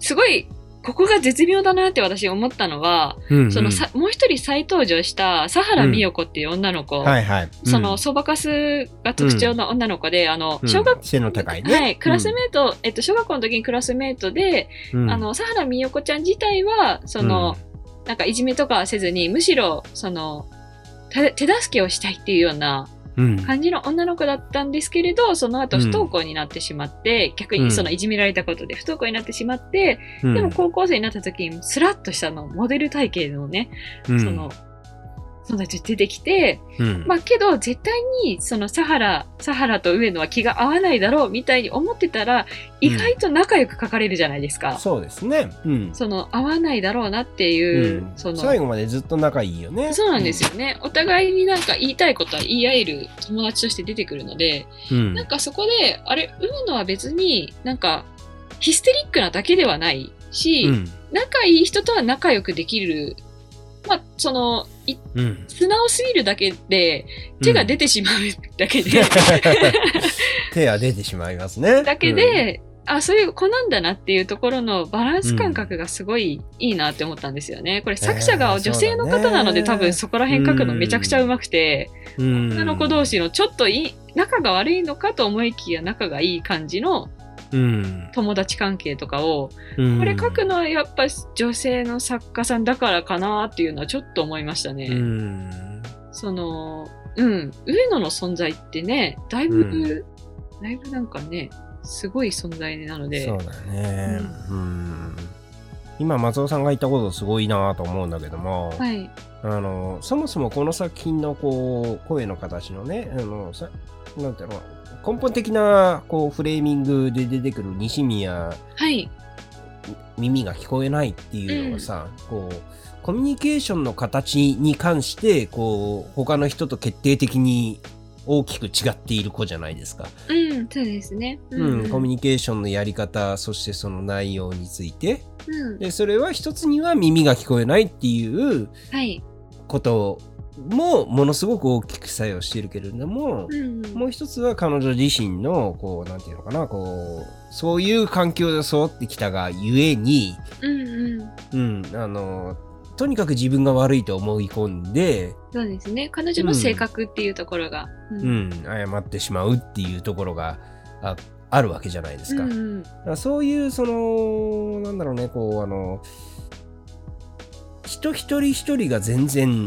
S2: すごい、ここが絶妙だなって私思ったのは、
S1: うんうん
S2: そのさ、もう一人再登場した、佐原美代子っていう女の子、
S1: はいはい。
S2: そうの、
S1: ん
S2: そばかすが特徴の女の子で、あの、
S1: うん
S2: 小学
S1: 背の高いね。
S2: はい、クラスメート、えっと、小学校の時にクラスメートで、
S1: うん
S2: あ、の、佐原美代子ちゃん自体は、その、なんかいじめとかはせずに、むしろ、その、手手助けをしたいっていうような
S1: うん、うん
S2: 感じの女の子だったんですけれど、その後
S1: うん
S2: 不登校になってしまって、逆
S1: うん
S2: にそのいじめられたことで不登校になってしまって、でも高校生になった時にスラッとしたの、モデル体型のね、
S1: うん
S2: その、その人たち出てきて、
S1: うん
S2: まあけど絶対にそのサハラ、サハラと上野は気が合わないだろうみたいに思ってたら、意外と仲良く書かれるじゃないですか。
S1: そうですね。うん。
S2: その合わないだろうなっていう、
S1: うん
S2: その
S1: 最後までずっと仲いいよね。
S2: そうなんですよね、お互いになんか言いたいことは言い合える友達として出てくるので、
S1: うん。
S2: なんかそこで、あれ、海野は別になんかヒステリックなだけではないし、
S1: うん
S2: 仲いい人とは仲良くできる、まあ、その、い
S1: うん
S2: 素直すぎるだけで、手が出てしまうだけで、
S1: (laughs) 手が出てしまいますね。
S2: (laughs) だけで、あ、そういう子なんだなっていうところのバランス感覚がすごいいいなって思ったんですよね。これ作者
S1: えー
S2: が女性の方な
S1: そう
S2: ので、
S1: だね
S2: 多分そこら辺書くのめちゃくちゃうまくて、
S1: うん、
S2: 女の子同士のちょっといい、仲が悪いのかと思いきや仲がいい感じの
S1: うん、
S2: 友達関係とかを、
S1: うん
S2: これ書くのはやっぱ女性の作家さんだからかなっていうのはちょっと思いましたね。
S1: うん
S2: その、うん、上野の存在ってね、だいぶ、
S1: う
S2: だいぶなんかね、すごい存在なので
S1: そう、だね。うん。今、松尾さんが言ったことすごいなと思うんだけども、
S2: はい。
S1: あの、そもそもこの作品のこう、声の形のね、あの、さなんていうの、根本的なこうフレーミングで出てくる西宮
S2: はい。
S1: 耳が聞こえないっていうのがさ、こうコミュニケーションの形に関してこう他の人と決定的に大きく違っている子じゃないですか、
S2: うん、そうですね。
S1: うんコミュニケーションのやり方そしてその内容について
S2: うん、
S1: でそれは一つには耳が聞こえないっていう
S2: はい。
S1: こともものすごく大きく作用しているけれども、
S2: うん。
S1: もう一つは彼女自身のこうなんていうのかなこうそういう環境で育ってきたがゆえに
S2: うんうん。
S1: うん、あの、とにかく自分が悪いと思い込んで、
S2: そうですね。彼女の性格っていうところが。う
S1: う。ん、謝ってしまうっていうところがああるわけじゃないです
S2: う
S1: か。
S2: ん
S1: だ
S2: うん。
S1: からそういう、その、なんだろうね、こう、あの、人一人一人が全然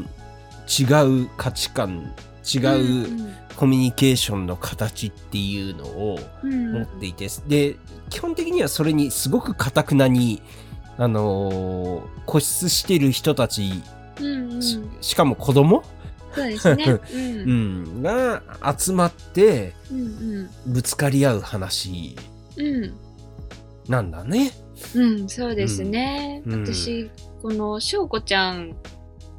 S1: 違う価値観、違
S2: う
S1: うんコミュニケーションの形っていうのを
S2: うん。
S1: 持っていて、で、基本的にはそれにすごくかたくなに、あの固執してる人たち
S2: うんうん。
S1: し
S2: そ
S1: しかも子供、
S2: うです
S1: (laughs)
S2: ね。う。
S1: うんん、が集まって
S2: うん
S1: ぶつかり合う話
S2: うん。うん。
S1: なんだね。
S2: うん、そうですね。
S1: うん
S2: 私、この翔子ちゃん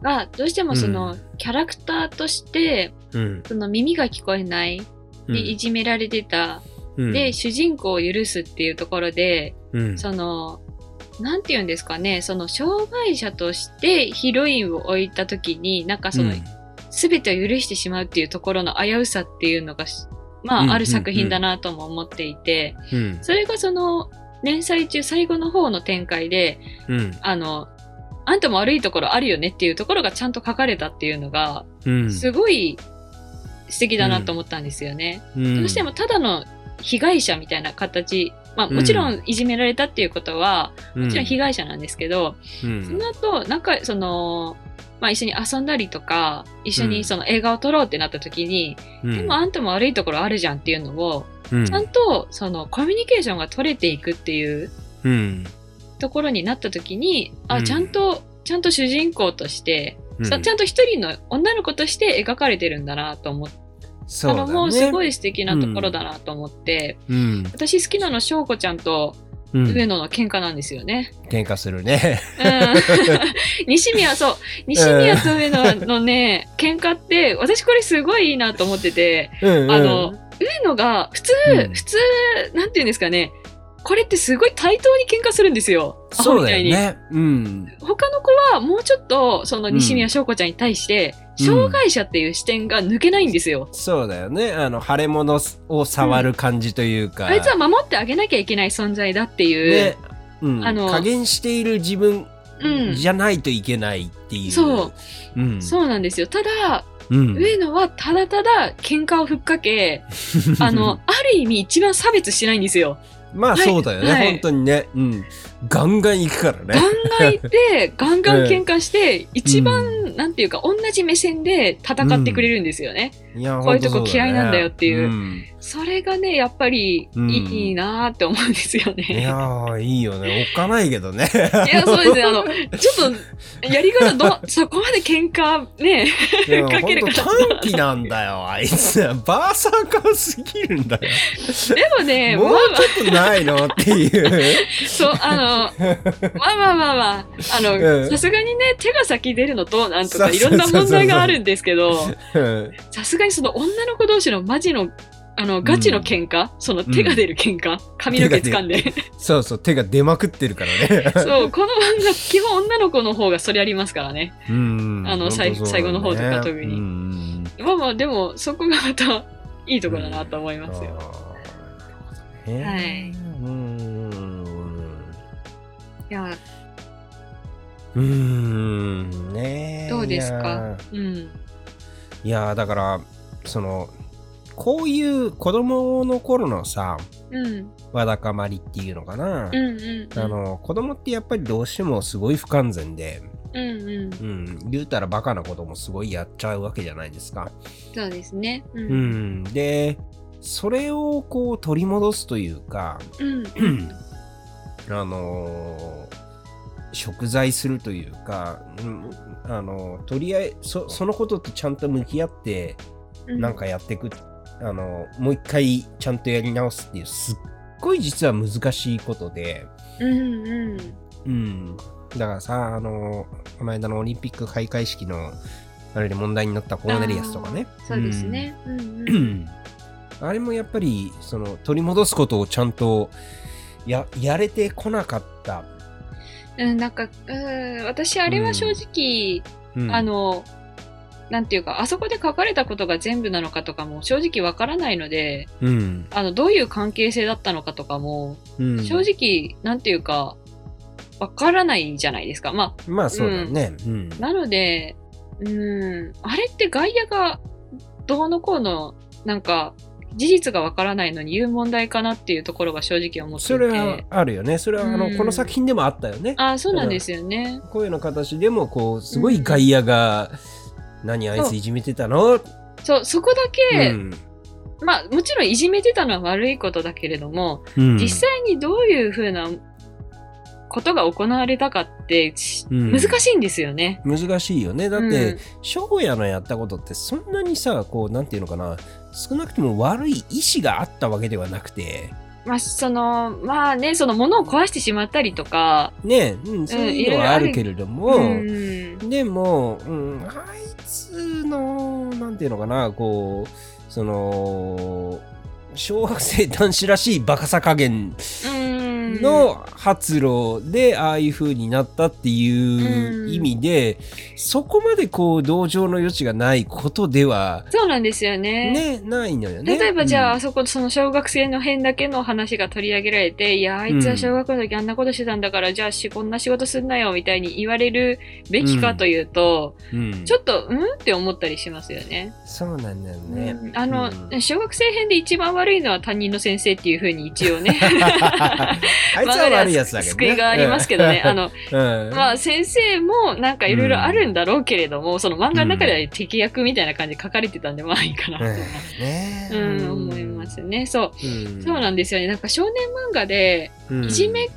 S2: が、どうしてもそうの
S1: ん、
S2: キャラクターとして、
S1: うん。
S2: その耳が聞こえない、で、いじめられてた、
S1: うん
S2: で、、主人公を許すっていうところで、
S1: うん、
S2: その、なんて言うんですかね、その、障害者としてヒロインを置いたときに、なんかその、すべてを許してしまうっていうところの危うさっていうのがし、ま
S1: うん
S2: あ、ある作品だなとも思っていて、
S1: うん、
S2: それがその、連載中最後の方の展開で、
S1: うん、
S2: あの、あんたも悪いところあるよねっていうところがちゃんと書かれたっていうのが、
S1: うん、
S2: すごい素敵だなと思ったんですよね。
S1: うん
S2: どうしても、ただの被害者みたいな形まあ、もちろんいじめられたっていうことは、
S1: も
S2: もちろん被害者なんですけど、その後、なんか、その、まあ、一緒に遊んだりとか、一緒
S1: うん
S2: にその映画を撮ろうってなった時に、でもあんたも悪いところあるじゃんっていうのを、
S1: うん
S2: ちゃんとそのコミュニケーションが取れていくっていう
S1: うん
S2: ところになった時に、
S1: う
S2: あ、
S1: ん
S2: ちゃんと、ちゃんと主人公として、
S1: うん
S2: さちゃんと一人の女の子として描かれてるんだなと思って、
S1: そうだ
S2: の
S1: ね
S2: もすごい素敵なところだなと思って、
S1: うん
S2: 私好きなの翔子ちゃんと
S1: うん
S2: 上野の喧嘩なんですよね。
S1: 喧嘩するね
S2: うん (laughs) 西宮、そう、西宮と上野のね、喧嘩って、私これすごいいいなと思ってて、
S1: うんうん
S2: あの、上野が普通、
S1: うん
S2: 普通、なんていうんですかね、これってすごい対等に喧嘩するんですよ。アホ
S1: そう
S2: み
S1: だ
S2: た
S1: よ
S2: いに。
S1: ねうん
S2: 他の子はもうちょっと、その西宮翔子ちゃんに対して、
S1: うん
S2: 障害者っていう視点が抜けないんですよ。
S1: そうだよねあの腫れ物を触る感じというか、
S2: あいつは守ってあげなきゃいけない存在だっていう。
S1: ね、うん、
S2: あの
S1: 加減している自分
S2: うん
S1: じゃないといけないっていう。
S2: そう。
S1: うん。
S2: そうなんですよ。ただ、
S1: うん。
S2: 上野はただただ喧嘩をふっか
S1: (laughs)
S2: け、あの、、ある意味一番差別しないんですよ。
S1: まあ
S2: はい
S1: そうだよね、
S2: はい
S1: 本当にね。うん。ガンガン行くから
S2: ガン
S1: ね。
S2: ガン
S1: (laughs)
S2: 行って、ガンガン喧嘩して、一番、なんていうか、同じ目線で戦ってくれるんですよね。
S1: いや、
S2: こういうとこ
S1: 本当そだね
S2: 嫌いなんだよっていう
S1: うん
S2: それがね、やっぱり、
S1: うん
S2: いいいいなーって思うんですよね。
S1: いやー、いいよね。おっかないけど
S2: (laughs)
S1: ね。
S2: い
S1: (laughs)
S2: や、そうですね。あの、ちょっと、やり方ど、そこまで喧嘩ね、
S1: でも
S2: かける
S1: 本
S2: か
S1: 当短気なんだよ、あいつ。バーサーカーすぎるんだよ。
S2: でもね、ま
S1: も
S2: あ
S1: う
S2: ま
S1: ちょっとないのっていう。
S2: あ、そう、あの、まあまあまあまあ、あ
S1: う
S2: の、
S1: ん
S2: さすがにね、手が先出るのと、なんとか
S1: そう
S2: い
S1: そう
S2: ろ
S1: そ
S2: ん
S1: う
S2: な問題があるんですけど、
S1: うん
S2: さすがにその女の子同士のマジの、あの、ガチの喧嘩、その手が出る喧嘩、髪の毛掴んで。
S1: (laughs) そうそう、手が出まくってるからね。
S2: (laughs) そう、この漫画、基本女の子の方がそれありますからね。
S1: うん
S2: あの最最後の方とか特に
S1: に
S2: まあまあ、でも、そこがまた、いいところだなと思いますよ。
S1: あーなるほどね
S2: はい
S1: うん
S2: いや、
S1: うーんねえ
S2: どうですかうん。
S1: いやーいやーだからそのこういう子供の頃のさ
S2: うん。
S1: わだかまりっていうのかな、
S2: うんうん。
S1: あ、の子供ってやっぱりどうしてもすごい不完全で、
S2: うんうん。
S1: うん、言うたらバカなこともすごいやっちゃうわけじゃないですか。
S2: そうですね。う
S1: う。ん、でそれをこう取り戻すというか、
S2: うん。
S1: あのー、贖罪するというか、うんあのーとりあえずそそのこととちゃんと向き合って
S2: うん
S1: なんか、やっていく、あのーもう一回ちゃんとやり直すっていうすっごい実は難しいことで、
S2: うんうん。
S1: うん、だからさ、あのーこの間のオリンピック開会式のあれで問題になったコーネリアスとかね
S2: そうですね。うん
S1: う
S2: う。
S1: んん (clears throat) あれもやっぱりその取り戻すことをちゃんとややれてこなかった。
S2: うん、なんか、うん、私、あれは正直、
S1: うん
S2: あの、なんていうか、あそこで書かれたことが全部なのかとかも正直わからないので、
S1: うん、
S2: あの、どういう関係性だったのかとかも、
S1: うん
S2: 正直、なんていうか、わからないじゃないですか。ま
S1: まあそうだよね。うん
S2: あ、なので、うん、あれって外野が、どうのこうの、なんか、事実がわからないのに言う問題かなっていうところが正直思っていて。
S1: それはあるよね。それはあの、
S2: うん
S1: この作品でもあったよね。
S2: あそうなんですよね。
S1: 声の形でもこうすごい外野が、何あいついじめてたの、うん
S2: そう、そこだけ、まあ、もちろんいじめてたのは悪いことだけれども、
S1: うん
S2: 実際にどういうふうなことが行われたかって、し
S1: うん
S2: 難しいんですよね。
S1: 難しいよね。だって、
S2: うん
S1: 翔也のやったことってそんなにさこうなんていうのかな少なくとも悪い意志があったわけではなくて
S2: まあ、その、まあね、その物を壊してしまったりとか、
S1: ね、うん、そういうのはあるけれども。
S2: うん、
S1: でも、うん、あいつの、なんていうのかな、こう、その、小学生男子らしいバカさ加減
S2: うんうん
S1: の発露でああいう風になったっていう
S2: うん
S1: 意味で、そこまでこう同情の余地がないことでは
S2: そうなんですよね。
S1: ね、ないのよね。
S2: 例えばじゃあ、
S1: うん
S2: あそこその小学生の辺だけの話が取り上げられて、いや、あいつは小学校の時あんなことしてたんだから、じゃあしこんな仕事すんなよみたいに言われるべきかというと、
S1: うん
S2: ちょっと、うんって思ったりしますよね。
S1: そうなんだよね。 (laughs)
S2: うんあの、
S1: うん。
S2: 小学生編で一番悪いのは担任の先生っていうふうに一応ね
S1: (laughs) あいつは悪いやつだけど、
S2: 救
S1: ね。
S2: (laughs) いがありますけどね。あの、
S1: うん、うん
S2: まあ先生もなんかいろいろあるんだろうけれども、その漫画の中では敵役みたいな感じで書かれてたんで、まあいいかな。
S1: うんね
S2: (laughs) うん、思いますね。そう。
S1: うん
S2: そうなんですよね。なんか少年漫画で、
S1: うん
S2: いじめっ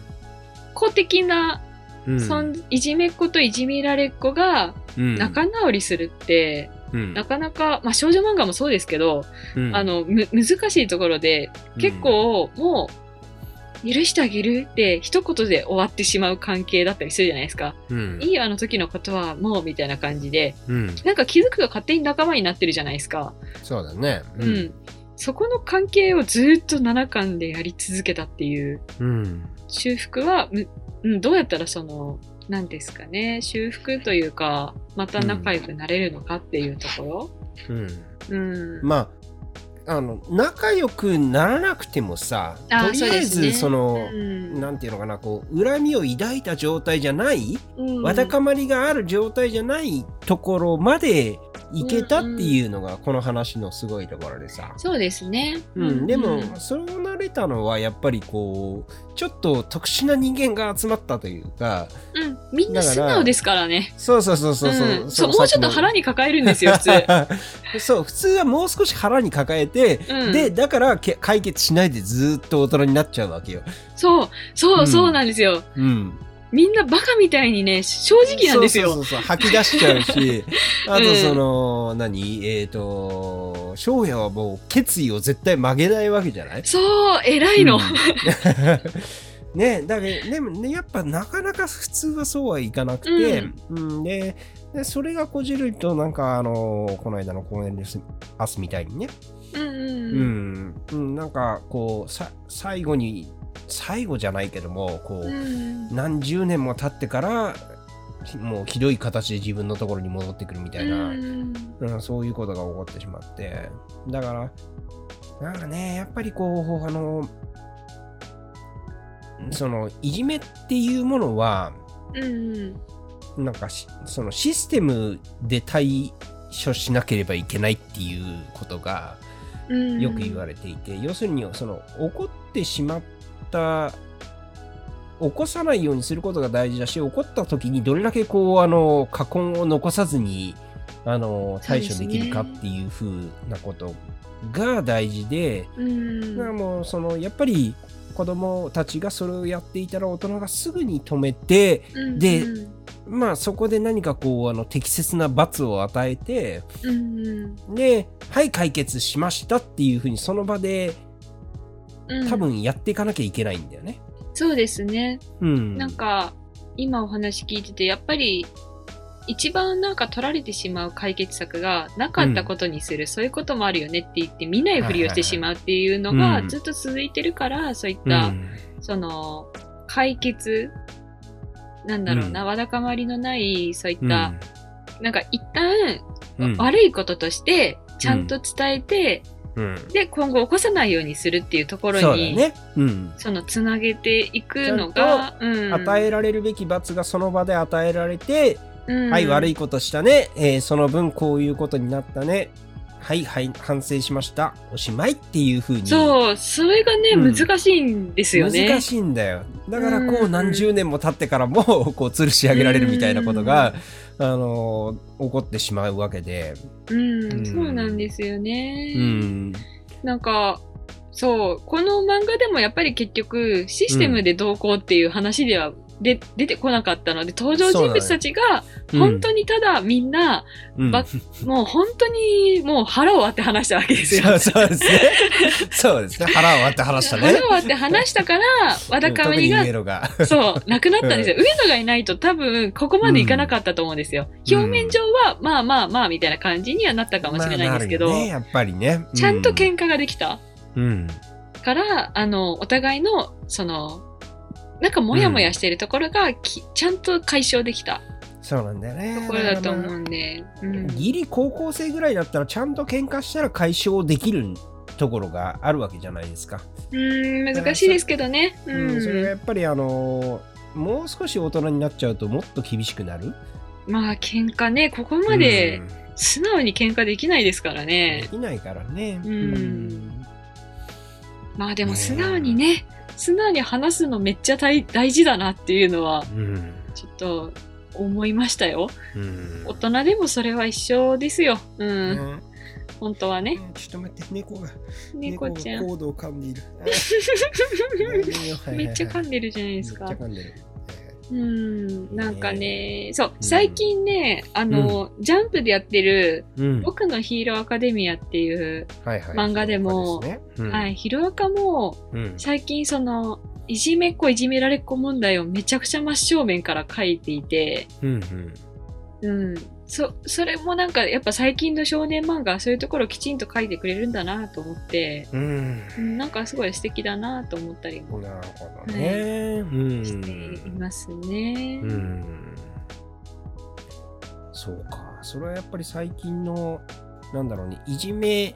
S2: 子的な、
S1: うん
S2: そんいじめっ子といじめられっ子が
S1: うん
S2: 仲直りするって、
S1: うん
S2: なかなか、まあ少女漫画もそうですけど、
S1: うん
S2: あの、む、難しいところで、結構もう、許してあげるって一言で終わってしまう関係だったりするじゃないですか。
S1: うん
S2: いいよあの時のことはもうみたいな感じで、
S1: うん
S2: なんか気づくが勝手に仲間になってるじゃないですか。
S1: そうだね。
S2: うん。そこの関係をずっと7巻でやり続けたっていう。
S1: うん。
S2: 修復は、むうん、どうやったらその、なんですかね、修復というか、また仲良くなれるのかっていうとこ
S1: うん。
S2: ろ。うん。
S1: まあ、あの、仲良くならなくてもさ、
S2: あ
S1: とりあえ
S2: そうで
S1: ず、
S2: すね
S1: その、
S2: うん
S1: なんていうのかな、こう、恨みを抱いた状態じゃない、
S2: うん
S1: わだかまりがある状態じゃないところまでいけたっていうのが、この話のすごいところでさ。
S2: そうですね。
S1: うん、で
S2: う
S1: も
S2: ん、
S1: そうなれたのは、やっぱりこう、ちょっと特殊な人間が集まったというか、
S2: うん、みんな素直ですからね。
S1: そうそうそうそう
S2: う
S1: そ
S2: ん
S1: う。
S2: そうもうちょっと腹
S1: に
S2: に抱えるんですよ、普
S1: (laughs)
S2: 通。
S1: そう、普通はもう少し腹に抱えて、
S2: うん
S1: で、だからけ解決しないでずーっと大人になっちゃうわけよ。
S2: そう、そうう、
S1: ん
S2: そうなんですよ。
S1: うん。
S2: みんなバカみたいにね、正直なんです
S1: そ
S2: よ。
S1: うそうそうそう、吐き出しちゃう
S2: (laughs)
S1: し、あとその、何えっ、と、翔也はもう決意を絶対曲げないわけじゃない
S2: そう、偉いの。
S1: う
S2: (laughs)
S1: んねだけどでもねやっぱなかなか普通はそうはいかなくて、うんででそれがこじるりとなんかあのーこの間の公演です明日みたいにね、
S2: うん、
S1: う
S2: うん、うん。
S1: んうんなんかこうさ最後に最後じゃないけどもこう、
S2: うん
S1: 何十年も経ってからひもうひどい形で自分のところに戻ってくるみたいな。
S2: うん
S1: うん、そういうことが起こってしまって。だから、なんかね、やっぱりこう、あの、その、いじめっていうものは、
S2: うん
S1: なんかし、そのシステムで対処しなければいけないっていうことが
S2: うん、
S1: よく言わ
S2: れ
S1: れていて、要するに、その、起こってしまった、起こさないようにすることが大事だし、起こった時にどれだけこう、あの、禍根を残さずに、あの、対処できるかっていう風なことが大事で、
S2: うん
S1: だからもう、その、やっぱり、子供たちがそれをやっていたら大人がすぐに止めて、で
S2: うん
S1: まあそこで何かこう、あの、適切な罰を与えて、
S2: うん
S1: で、はい、解決しましたっていう風にその場で
S2: うん、
S1: 多分やっていかなきゃいけないんだよね。
S2: そうですね、
S1: うん。
S2: なんか今お話聞いててやっぱり一番なんか取られてしまう解決策がなかったことにする、そういうこともあるよねって言って見ないふりをしてしまうっていうの
S1: はいはいは
S2: が
S1: いうん
S2: ずっと続いてるから、そういっ
S1: う
S2: た、
S1: ん、
S2: その解決なんだろうな、
S1: う
S2: わだかまりのないそういっ
S1: うん、
S2: た、なんか一旦、
S1: うん
S2: 悪いこととしてちゃんと伝えて、
S1: うん
S2: で、今後起こさないようにするっていうところに、
S1: そ
S2: そう
S1: だね。うん。
S2: の、つなげていくのが、うん
S1: 与えられるべき罰がその場で与えられて、
S2: うん
S1: はい、悪
S2: い。
S1: いことしたね、えーその分こういうことになったね、はい、はい、反省しました、おしまいっていう風に。
S2: そう、それがね、
S1: うん
S2: 難しいんですよね。
S1: 難しいんだよ。だからこ
S2: う
S1: うん何十年も経ってからも、 (laughs) こう吊るし上げられるみたいなことが、あのー起こってしまうわけで。
S2: うん、
S1: うん
S2: そうなんですよね。
S1: うん。
S2: なんか、そう、この漫画でもやっぱり結局、システムでどうこうっていう話では、で出てこなかったので登場人物たちが本当にただみんな、
S1: に
S2: ばもう本当にもう腹を割って話したわけですよ。
S1: そうそうですね。そうですね。腹を割って話したね。
S2: 腹を割って話したからわだかまり
S1: うん
S2: が
S1: 特にイエローが。
S2: そう、なくなったんですよ。上野がいないと多分、ここまでいかなかったと思うんですよ。表面上は、まあまあまあ、みたいな感じにはなったかもしれないんですけど、
S1: まあなるよね、やっぱりね。
S2: ちゃんと
S1: け
S2: 喧嘩ができた
S1: うん。
S2: から、あの、お互いの、その、なんかモヤモヤしてるところがき、ちゃんと解消できた
S1: そうなんだよね。
S2: ところだと思うんで、うん、
S1: ギリ高校生ぐらいだったらちゃんと喧嘩したら解消できるところがあるわけじゃないですか。
S2: うん難しいですけどね。う
S1: うんん、それがやっぱりあのーもう少し大人になっちゃうともっと厳しくなる。
S2: まあ喧嘩ねここまで素直に喧嘩できないですから
S1: うんで
S2: ね、
S1: きないからね。
S2: うん
S1: うん
S2: まあでも
S1: ねえ
S2: 素直にね素直に話すのめっちゃ大大事だなっていうのは
S1: うん
S2: ちょっと思いましたよ
S1: うん
S2: 大人でもそれは一緒ですようん、
S1: ね
S2: 本当はね
S1: ちょっと待って、猫が、
S2: 猫ちゃ
S1: が
S2: ん (laughs)
S1: コードを噛んでいる。
S2: めっちゃ噛んでるじゃない
S1: で
S2: ですか
S1: めっちゃ噛んでる。
S2: うんなんかねそう
S1: うん
S2: 最近ねあの、ジャンプでやってる
S1: うん
S2: 「僕のヒーローアカデミア」っていう、
S1: はいはい
S2: 漫画で
S1: そ
S2: も
S1: うですねうん
S2: はいヒロアカも
S1: うん
S2: 最近そのいじめっ子いじめられっ子問題をめちゃくちゃ真正面から書いていて、
S1: うんうん
S2: うん、そそれもなんかやっぱ最近の少年漫画はそういうところをきちんと書いてくれるんだなと思って、
S1: うん
S2: うん、なんかすごい素敵だなと思ったりも
S1: なるほどね。うん
S2: していますね。
S1: うんそうか。それはやっぱり最近の、なんだろうね、いじめ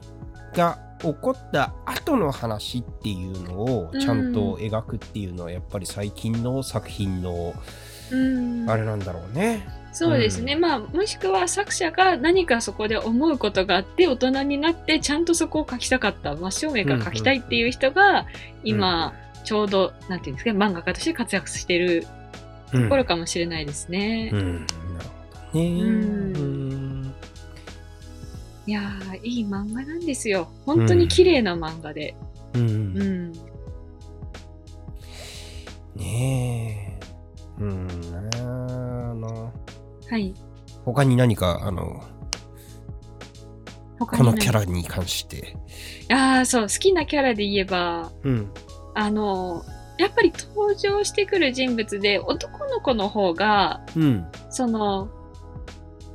S1: が起こった後の話っていうのをちゃんと描くっていうのは、やっぱり最近の作品の、
S2: うん
S1: あれなんだろうね。
S2: そうですね、
S1: う
S2: まあもしくは作者が何かそこで思うことがあって大人になってちゃんとそこを書きたかった真正面から書きたいっていう人が今、ちょうどなんていうんですかね漫画家として活躍してる
S1: うん、
S2: ところかもしれないですね。
S1: うん、なるほどね。
S2: うん
S1: うん
S2: いやーいい漫画なんですよ本当に綺麗な漫画で。
S1: うん
S2: うん、
S1: ねえ。うん、あの、
S2: はい
S1: 他に何か、あの、
S2: 他
S1: このキャ
S2: ラ
S1: ラに関して。
S2: ああそう好きなキャラで言えば
S1: うん。
S2: あのやっぱり登場してくる人物で男の子の方が
S1: うん。
S2: その、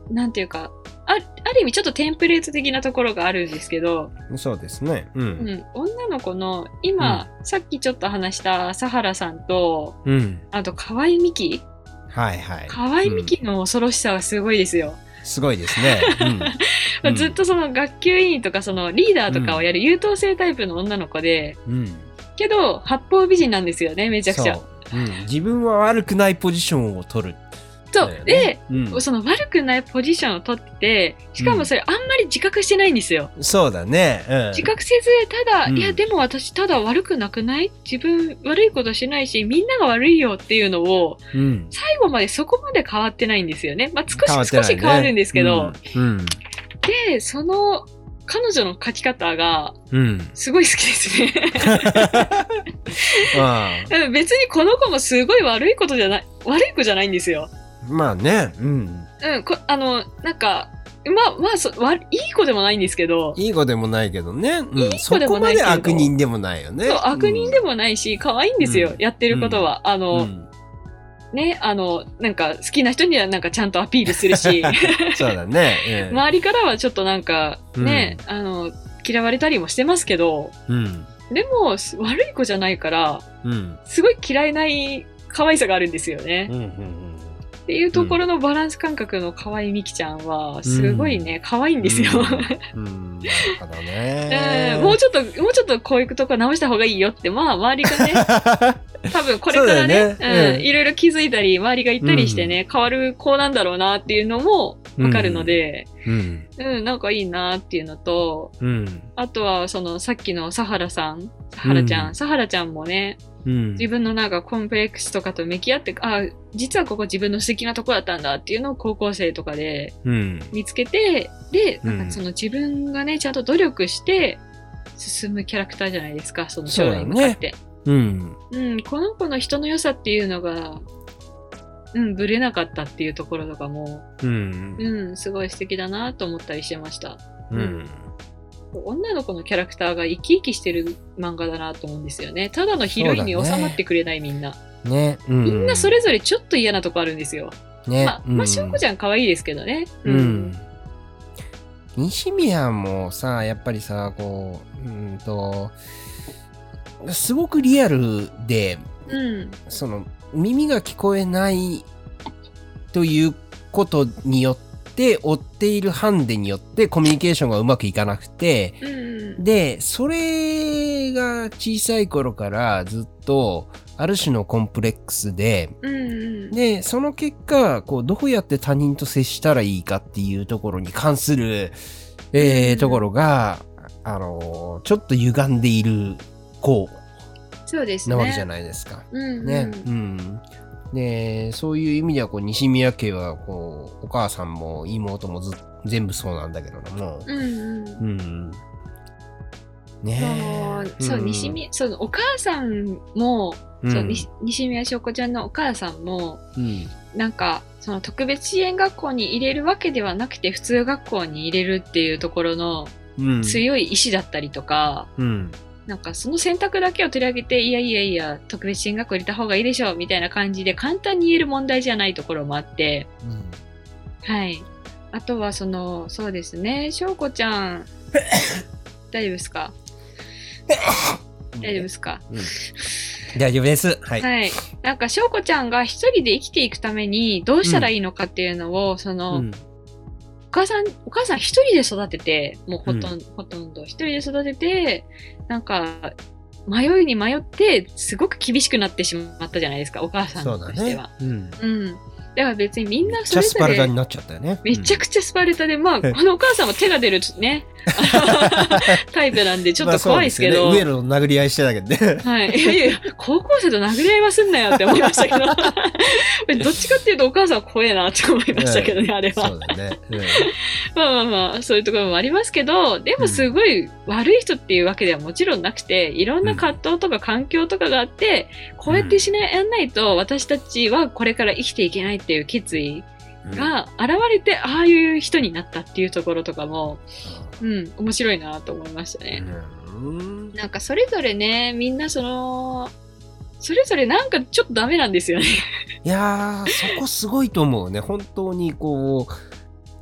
S2: なんていうか、あある意味ちょっとテンプレート的なところがあるんですけど、
S1: そうですね。う。
S2: うんん、女の子の今、さっきちょっと話したサハラさんと、
S1: うん。
S2: あと河合美樹
S1: はいはい。
S2: 河合美樹の恐ろしさはすごいですよ。
S1: すごいですね。うん
S2: ずっとその学級委員とかそのリーダーとかをやる優等生タイプの女の子で、
S1: うん。うん。め
S2: けど八方美人なんですよね、めちゃくちゃ。
S1: うん、自分は悪くないポジションを取る。
S2: そう。
S1: だよ
S2: で
S1: ね、、うん、
S2: その悪くないポジションを取ってて、しかもそれあんまり自覚してないんですよ。
S1: そうだね。うん。
S2: 自覚せずただ、
S1: うん
S2: いやでも私ただ悪くなくない自分悪いことしないしみんなが悪いよっていうのを
S1: うん。
S2: 最後までそこまで変わってないんですよね、まあ、少し
S1: 変わって
S2: 少
S1: ない
S2: し
S1: ね
S2: 変わるんですけど、。
S1: うん。
S2: でその彼女の書き方が
S1: うん。うん、
S2: すごい好きですね (laughs)
S1: あ
S2: うん別にこの子もすごい悪いことじゃない悪い子じゃないんですよ
S1: あまあね。うん。
S2: うんこあのなんかまあまあそわいい子でもないんですけど
S1: いい子でもないけどね。うん、
S2: いい子でもないけ
S1: そこまで
S2: ど
S1: 悪人でもないよね。
S2: そう悪人で
S1: も、
S2: もないし可愛いんですよ、
S1: うん
S2: やってることは、あ
S1: う
S2: の、
S1: ん
S2: ね、あの、なんか好きな人にはなんかちゃんとアピールする
S1: (laughs)
S2: し、 (laughs)
S1: そうだね。うん
S2: 周りからはちょっとなんかね、
S1: う
S2: あの、嫌われたりもしてますけど、
S1: うん。
S2: でもす悪い子じゃないから、
S1: うん。
S2: すごい嫌いない可愛さがあるんですよね。
S1: うん。うん。
S2: っていうところのバランス感覚の可愛いみきちゃんは、すごいね、可愛いんですよ。
S1: うん。うんなるほどね
S2: う。んもうちょっと、もうちょっとこういうとこ直した方がいいよって、まあ周りがね、
S1: (laughs)
S2: 多分これからね
S1: そうだよね
S2: う、
S1: うんん
S2: いろいろ気づいたり周りが言ったりしてね、変わる子なんだろうなっていうのもわかるので、
S1: うん。
S2: うんなんかいいなっていうのと
S1: うん。
S2: あとはそのさっきのサハラさんサハラちゃん、
S1: うん
S2: サハラちゃんもね
S1: うん。
S2: 自分のなんかコンプレックスとかと向き合ってあ実はここ自分の素敵なとこだったんだっていうのを高校生とかで
S1: うん。
S2: 見つけてで
S1: うん
S2: なんかその自分がねちゃんと努力して進むキャラクターじゃないですかその将来に向かって。
S1: うん。
S2: うん、この子の人の良さっていうのが、うん、ぶれなかったっていうところとかも、
S1: うん。
S2: うん、すごい素敵だなと思ったりしてました。
S1: うん。
S2: 女の子のキャラクターが生き生きしてる漫画だなと思うんですよね。ただのヒロインに
S1: そうだ
S2: 収
S1: ね
S2: まってくれないみんな。
S1: ね。う
S2: みんなそれぞれちょっと嫌なとこあるんですよ。
S1: ね。
S2: まあ、まあ、しょうこち
S1: ゃ
S2: ゃん可愛いですけどね。
S1: うん。西宮もさ、やっぱりさ、こう、うんと、すごくリアルで、
S2: うん。
S1: その耳が聞こえないということによって追っているハンデによってコミュニケーションがうまくいかなくて
S2: うん。
S1: でそれが小さい頃からずっとある種のコンプレックスで
S2: うん。
S1: でその結果こうどうやって他人と接したらいいかっていうところに関する、えー
S2: うん
S1: ところがあのちょっと歪んでいる子
S2: そうですね。
S1: なわけじゃないですか。
S2: うんうん。
S1: ね、うん。で、そういう意味では、こう、西宮家は、こう、お母さんも妹もず全部そうなんだけれども、
S2: うんうん。
S1: うん。
S2: そ
S1: ね
S2: うそう、西宮、そのお母さんも、
S1: うん
S2: そう西西宮翔子ちゃんのお母さんも、
S1: うん。
S2: なんか、その特別支援学校に入れるわけではなくて、普通学校に入れるっていうところの
S1: うん。
S2: 強い意志だったりとか、
S1: うん。
S2: なんかその選択だけを取り上げて、いやいやいや、特別支援学校入れた方がいいでしょう、みたいな感じで簡単に言える問題じゃないところもあって、
S1: うん。
S2: はい。あとはその、そうですね、翔子ちゃ
S1: (laughs)
S2: ん、大丈夫ですか大丈夫ですか
S1: 大丈夫です。はい。
S2: はい。なんか、翔子ちゃんが一人で生きていくためにどうしたらいいのかっていうのを、そうの、
S1: ん。
S2: お母さん、お母さん一人で育てて、もうほとんど、ほとんど一人で育てて、なんか、迷いに迷って、すごく厳しくなってしまったじゃないですか、お母さん
S1: そうだ
S2: として
S1: ね
S2: は。。
S1: うん。
S2: うん。だから別にみん
S1: め
S2: な
S1: っ
S2: そ
S1: ちゃ
S2: れ
S1: ス
S2: ぞ
S1: パルタに
S2: れ、
S1: なっちゃったよね。
S2: めちゃ
S1: く
S2: くちゃスパルタで、まあ、このお母さんも手が出る
S1: (laughs)
S2: ね、あのタイプなんで、ちょっと怖いですけど。
S1: ウエロの殴り合いしてたけどね。
S2: はい。いやいやいや、高校生と殴り合いはすんなよって思いましたけど、
S1: (laughs)
S2: どっちかっていうとお母さんは怖えなって思いましたけどね、あれ
S1: そ
S2: は。
S1: うだね。うん
S2: まあまあまあ、そういうところもありますけど、でもすごい悪い人っていうわけではもちろんなくて、いろんな葛藤とか環境とかがあって、こうやってしない、やんないと私たちはこれから生きていけないっていう決意が現れて、ああいう人になったっていうところとかも、うん、面白いなと思いましたね。
S1: うん。
S2: なんかそれぞれね、みんなその、それぞれなんかちょっとダメなんです
S1: (laughs)
S2: よね。
S1: いやー、そこすごいと思うね。本当にこう、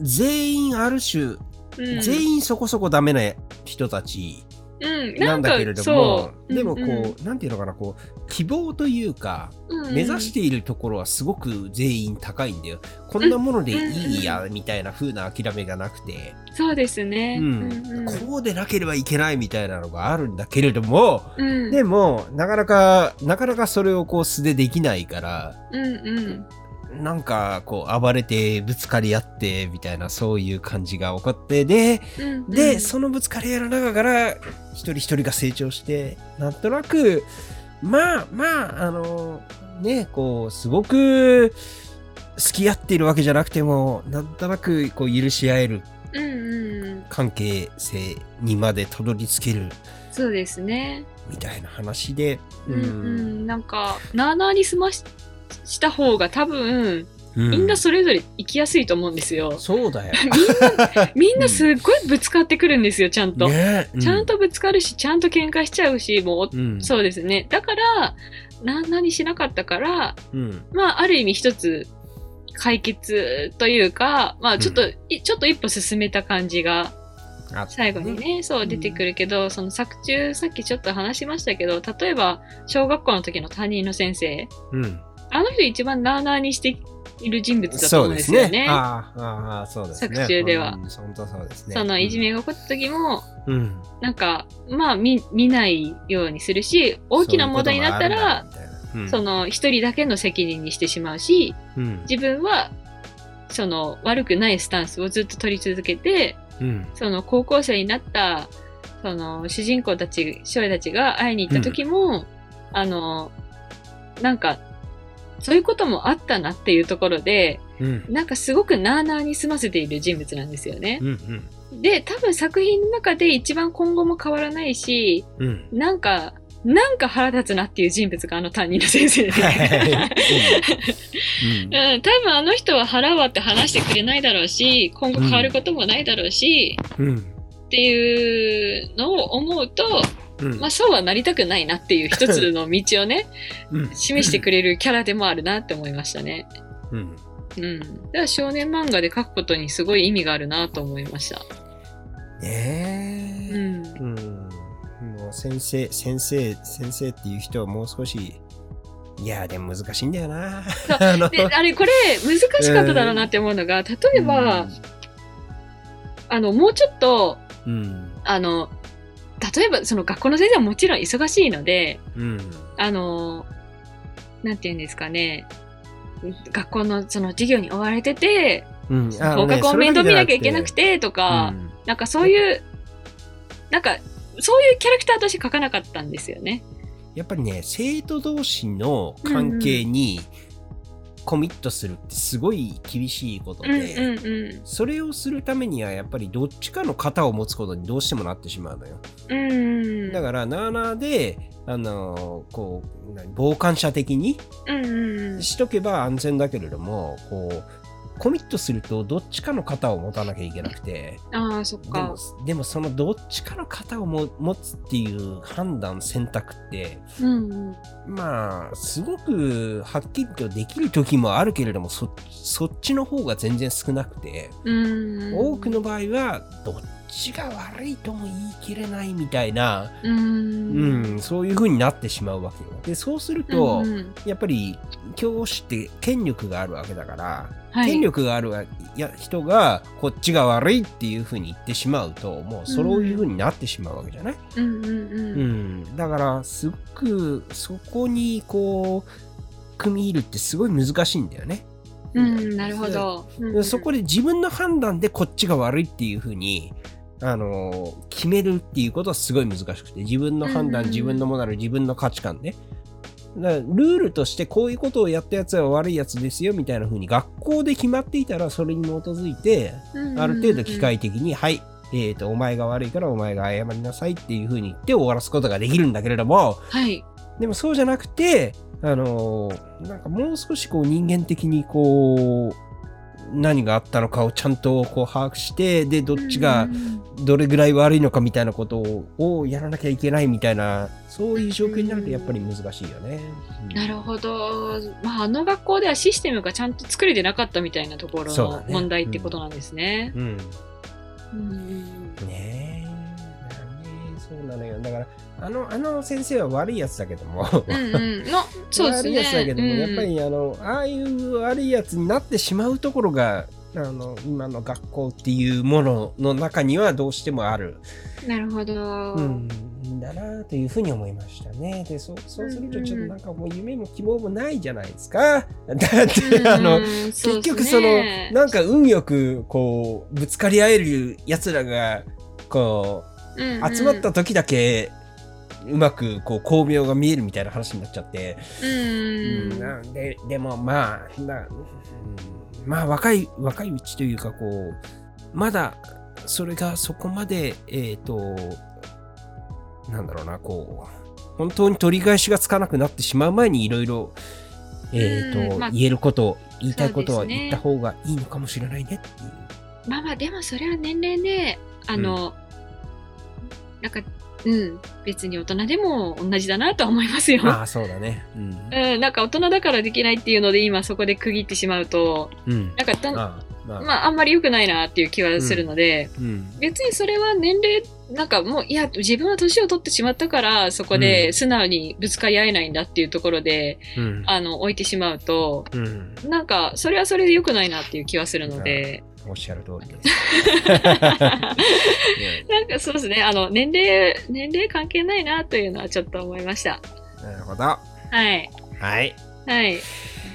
S1: 全員ある種、
S2: うん、
S1: 全員そこそこダメな人たち
S2: うん、
S1: なんだけれども、
S2: そう
S1: でもこう、
S2: んん
S1: なんていうのかな、こう、希望というか、
S2: うんうん
S1: 目指しているところはすごく全員高いんだよ。こんなものでいいや、みたいな風な諦めがなくて、
S2: そうですね。
S1: うん
S2: うんうん
S1: こうでなければいけないみたいなのがあるんだけれども、
S2: うん
S1: でも、なかなか、なかなかそれをこう素でできないから、
S2: うんうん
S1: なんかこう暴れてぶつかり合ってみたいなそういう感じが起こってで
S2: うんうん
S1: で、そのぶつかり合いの中から一人一人が成長してなんとなくまあまああのねこうすごく付き合っているわけじゃなくてもなんとなくこう許し合える
S2: うんうん、
S1: 関係性にまでたどり着ける
S2: そうですね。
S1: みたいな話で
S2: うんうん、なんか、なあなあに済ましした方が多分、みんなそれぞれ生きやすいと思うんですよ。
S1: (laughs) そうだよ
S2: みんなすっごいぶつかってくるんですよ、ちゃんと。
S1: ね
S2: ちゃんとぶつかるし、ちゃんと喧嘩しちゃうし、もう
S1: うん
S2: そうですね。だから、な何しなかったから、
S1: うん
S2: まあ、ある意味一つ解決というか、まあ、ちょっと、
S1: う
S2: いちょっと一歩進めた感じが、
S1: あ
S2: 最後にね、そう出てくるけど、その作中、さっきちょっと話しましたけど、例えば、小学校の時の担任の先生、
S1: うん
S2: あの人一番なあなあにしている人物だと思うんですよね。
S1: ああああ、そうですね。
S2: 作中では
S1: うん本当そうですね。
S2: そのいじめが起こった時も、
S1: うん、
S2: なんか、まあ見、見ないようにするし、大きな問題になったら、
S1: そういうこ
S2: そ
S1: とが
S2: の一人だけの責任にしてしまうし、
S1: あるんだみたいな、
S2: 自分はその悪くないスタンスをずっと取り続けて
S1: うん、うん、
S2: その高校生になったその主人公たち少女たちが会いに行った時も、あのなんかそういうこともあったなっていうところで
S1: うん、
S2: なんかすごくなあなあに済ませている人物なんですよね
S1: う。ん、
S2: で多分作品の中で一番今後も変わらないし
S1: うん、うん。
S2: なんかなんか腹立つなっていう人物があの担任の先生で
S1: はい。
S2: うん、多分あの人は腹割って話してくれないだろうし、今後変わることもないだろうし、
S1: うん、うん、
S2: っていうのを思うと、
S1: うん
S2: まあそうはなりたくないなっていう一つの道をね、
S1: うん、
S2: 示してくれるキャラでもあるなって思いましたね。
S1: うん。
S2: うん。だから少年漫画で書くことにすごい意味があるなと思いました。う
S1: ねえ。
S2: ん。
S1: うん。もう先生、先生、先生っていう人はもう少しいやー、でも難しいんだよな。
S2: そう
S1: あの
S2: で、あれ、これ、難しかっただろうなって思うのが、例えば、あの、もうちょっと、
S1: うん、
S2: あの、例えば、その学校の先生はもちろん忙しいので、
S1: うん、
S2: あの、なんて言うんですかね、学校のその授業に追われてて、
S1: うん。あの
S2: 放課
S1: ね
S2: 後
S1: それ
S2: 面
S1: だけじ
S2: 倒見なきゃいけなくてとか、なんかそういう、なんか、そういうキャラクターとして書かなかったんですよね。
S1: うんやっぱりね、生徒同士の関係にコミットするってすごい厳しいこと
S2: うんうん
S1: で、
S2: う
S1: それをするためにはやっぱりどっちかの型を持つことにどうしてもなってしまうのよ。
S2: ん。うん。
S1: だから、なあなあで、あのーこう、何傍観者的に
S2: うんうんうん。
S1: しとけば安全だけれども、こう、コミットするとどっちかの型を持たなきゃいけなくて、
S2: ああ、そっ
S1: でも
S2: か。、
S1: でもそのどっちかの型をも持つっていう判断、選択って、
S2: うんうん。
S1: まあ、すごくはっきりとできる時もあるけれども、そそっちの方が全然少なくて、
S2: うん。
S1: 多くの場合は、どっちが悪いとも言い切れないみたいな、
S2: うん。うん。
S1: うん、そういう風になってしまうわけよ。で、そうすると、
S2: うん
S1: やっぱり教師って権力があるわけだから、
S2: はい、
S1: 権力があるわいや人がこっちが悪いっていうふうに言ってしまうともうそういうふうになってしまうわけじゃない、
S2: うんうんうん。
S1: うん、だからすごくそこにこう組み入るってすごい難しいんだよね。
S2: うん、なるほど。うん
S1: でそこで自分の判断でこっちが悪いっていうふうに、あのー決めるっていうことはすごい難しくて自分の判
S2: うん
S1: 断
S2: うん
S1: 自分のモラル自分の価値観で、だからルールとしてこういうことをやったやつは悪いやつですよみたいなふうに学校で決まっていたらそれに基づいてある程度機。械的に、はい、えー、とお前が悪いからお前が謝りなさいっていうふうに言って終わらすことができるんだけれども、
S2: うんはい。
S1: でもそうじゃなくて、あのーなんかもう少しこう人間的にこう、何があったのかをちゃんとこう把握して、で、どっち
S2: う
S1: が
S2: んうん
S1: どれぐらい悪いのかみたいなことををやらなきゃいけないみたいな、そういう状況になるとやっぱり難しいよね。うん
S2: なるほど。まあ、あの学校ではシステムがちゃんと作れてなかったみたいなところ
S1: そうだ
S2: の
S1: ね
S2: 問題ってことなんですね。
S1: うん。
S2: うんうん
S1: ねえ。だからねそうなのよ。だから、あの、あの先生は悪いやつだけども。
S2: う
S1: (laughs)
S2: んうんの、そうです
S1: 悪い
S2: ね。
S1: やつだけども、
S2: うん
S1: やっぱりあのああいう悪いやつになってしまうところがあの今の学校っていうものの中にはどうしてもある、
S2: なるほど。
S1: うん、だなというふうに思いましたねでそうそうするとちょっとなんかもう夢も希望もないじゃないですかだって (laughs) あの、結局そのなんか運よくこうぶつかり合えるやつらがこう集まった時だけうまくこう巧妙が見えるみたいな話になっちゃって。うん
S2: う
S1: なんででもまあな、うんまあ若い若いうちというかこうまだそれがそこまでえっ、となんだろうなこう本当に取り返しがつかなくなってしまう前にいろいろえっ、と、
S2: うんまあ
S1: 言えること言いたいこと
S2: そ
S1: は
S2: うです
S1: 言
S2: ね
S1: った方がいいのかもしれないねって
S2: (laughs)
S1: いう。
S2: ん、まあまあでもそれは年齢であの、なんかうん別に大人でも同じだなとは思いますよ。
S1: ああそうだね。うん。
S2: うん、なんか大人だからできないっていうので今そこで区切ってしまうと
S1: うん、
S2: なんかだん
S1: ああまあ、
S2: まああんまり良くないなっていう気はするので、
S1: うん。
S2: 別にそれは年齢なんかもういや自分は年を取ってしまったからそこ
S1: う
S2: で
S1: ん
S2: 素直にぶつかり合えないんだっていうところで、
S1: うん。
S2: あの置いてしまうと
S1: うん。
S2: なんかそれはそれで良くないなっていう気はするので、
S1: おっしゃる通りです。
S2: (laughs) なんかそうですねあの年齢年齢関係ないなというのはちょっと思いました
S1: なるほど。
S2: はい
S1: はい。
S2: はい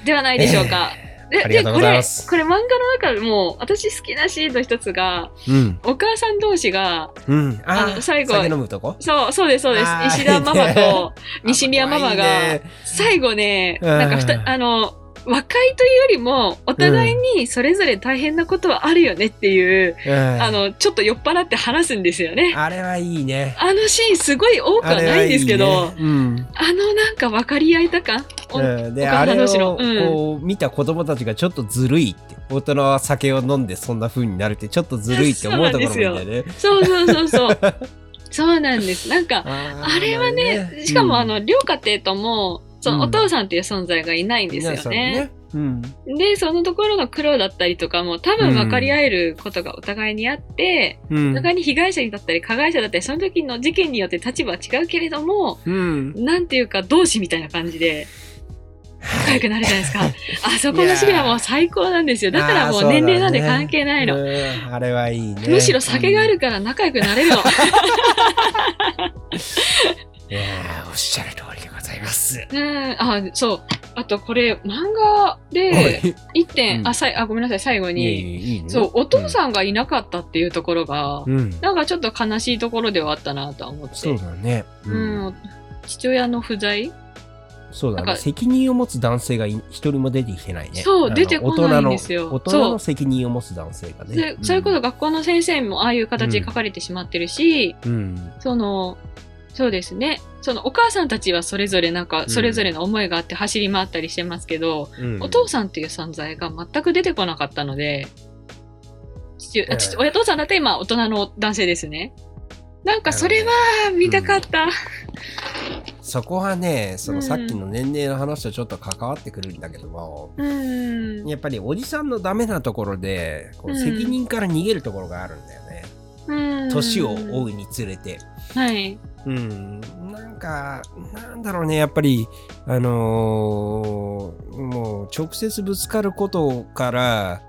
S2: ではないでしょうか、で
S1: ありがとうございます
S2: でこれこれ漫画の中でも私好きなシーンの一つが
S1: うん。
S2: お母さん同士が
S1: うん。
S2: あの最後
S1: 酒飲むとこ
S2: そうそうですそうです
S1: あー
S2: 石田ママと (laughs) 西宮ママが
S1: あいいね
S2: 最後ね
S1: うん
S2: なんかふたあの和解というよりもお互いにそれぞれ大変なことはあるよねっていう、
S1: うん
S2: あのちょっと酔っ払って話すんですよね。
S1: あれはいいね。
S2: あのシーンすごい多くはないんですけどあ
S1: あれはいいね
S2: のなんか分かり合いた感、
S1: う
S2: お
S1: ん。うん、で、
S2: お母さん
S1: あれ
S2: 同士の
S1: を
S2: うん
S1: こう見た子供たちがちょっとずるいって、大人は酒を飲んでそんな風になるってちょっとずるいって思うところもいいんだよね。
S2: そうそうそうそう
S1: (laughs)
S2: そうなんですなんか
S1: あー
S2: あれはねしかもあ、の両家庭ともその
S1: う
S2: お
S1: ん
S2: 父さんっていう存在がいないんです
S1: 皆さ
S2: よ
S1: ん
S2: ね。
S1: ね。うん。
S2: でそのところの苦労だったりとかも多分分かり合えることがお互いにあって、
S1: うん
S2: お互いに被害者だったり加害者だったりその時の事件によって立場は違うけれども
S1: うん。
S2: なんていうか同志みたいな感じで仲良くなるじゃないで
S1: (laughs)
S2: すか。あそこのシビアもう最高なんですよ。だからもう年齢なんて関係ないの。
S1: うんあれはいいね。
S2: むしろ酒があるから仲良くなれる
S1: (laughs)
S2: の。
S1: うん。いやーおっしゃる通りでございます。
S2: うん、あ、そう。あとこれ、漫画で、
S1: い
S2: 一点、
S1: うん
S2: あ、さい、あ、ごめんなさい、最後
S1: いい
S2: に。
S1: いいいいね
S2: そう、お父さんがいなかったっていうところが、
S1: うん。
S2: なんかちょっと悲しいところではあったなとは思って。
S1: そうだね。
S2: うん。父親の不在
S1: そうだ
S2: なん
S1: ね。
S2: か
S1: 責任を持つ男性がい一人も出てきてないね。
S2: そう
S1: あの
S2: 出てこないんですよ
S1: 大人の大人の責任を持つ男性がね。
S2: で
S1: うん
S2: それこそ学校の先生もああいう形で書かれてしまってるし、
S1: うん。
S2: その、そうですね。そのお母さんたちはそれぞれなんか、
S1: ん
S2: それぞれの思いがあって走り回ったりしてますけど、
S1: うん
S2: お父さんっていう存在が全く出てこなかったので、父
S1: え
S2: 親、
S1: え
S2: 父親お父さんだって今大人の男性ですね。なんかそれは見たかった。
S1: そこはね、その
S2: うん
S1: さっきの年齢の話とちょっと関わってくるんだけども、
S2: うん。
S1: やっぱりおじさんのダメなところで、こう
S2: うん
S1: 責任から逃げるところがあるんだよね。
S2: うん
S1: 年を追うにつれて。
S2: はい。
S1: うん。なんか、なんだろうね、やっぱり、あのーもう直接ぶつかることから、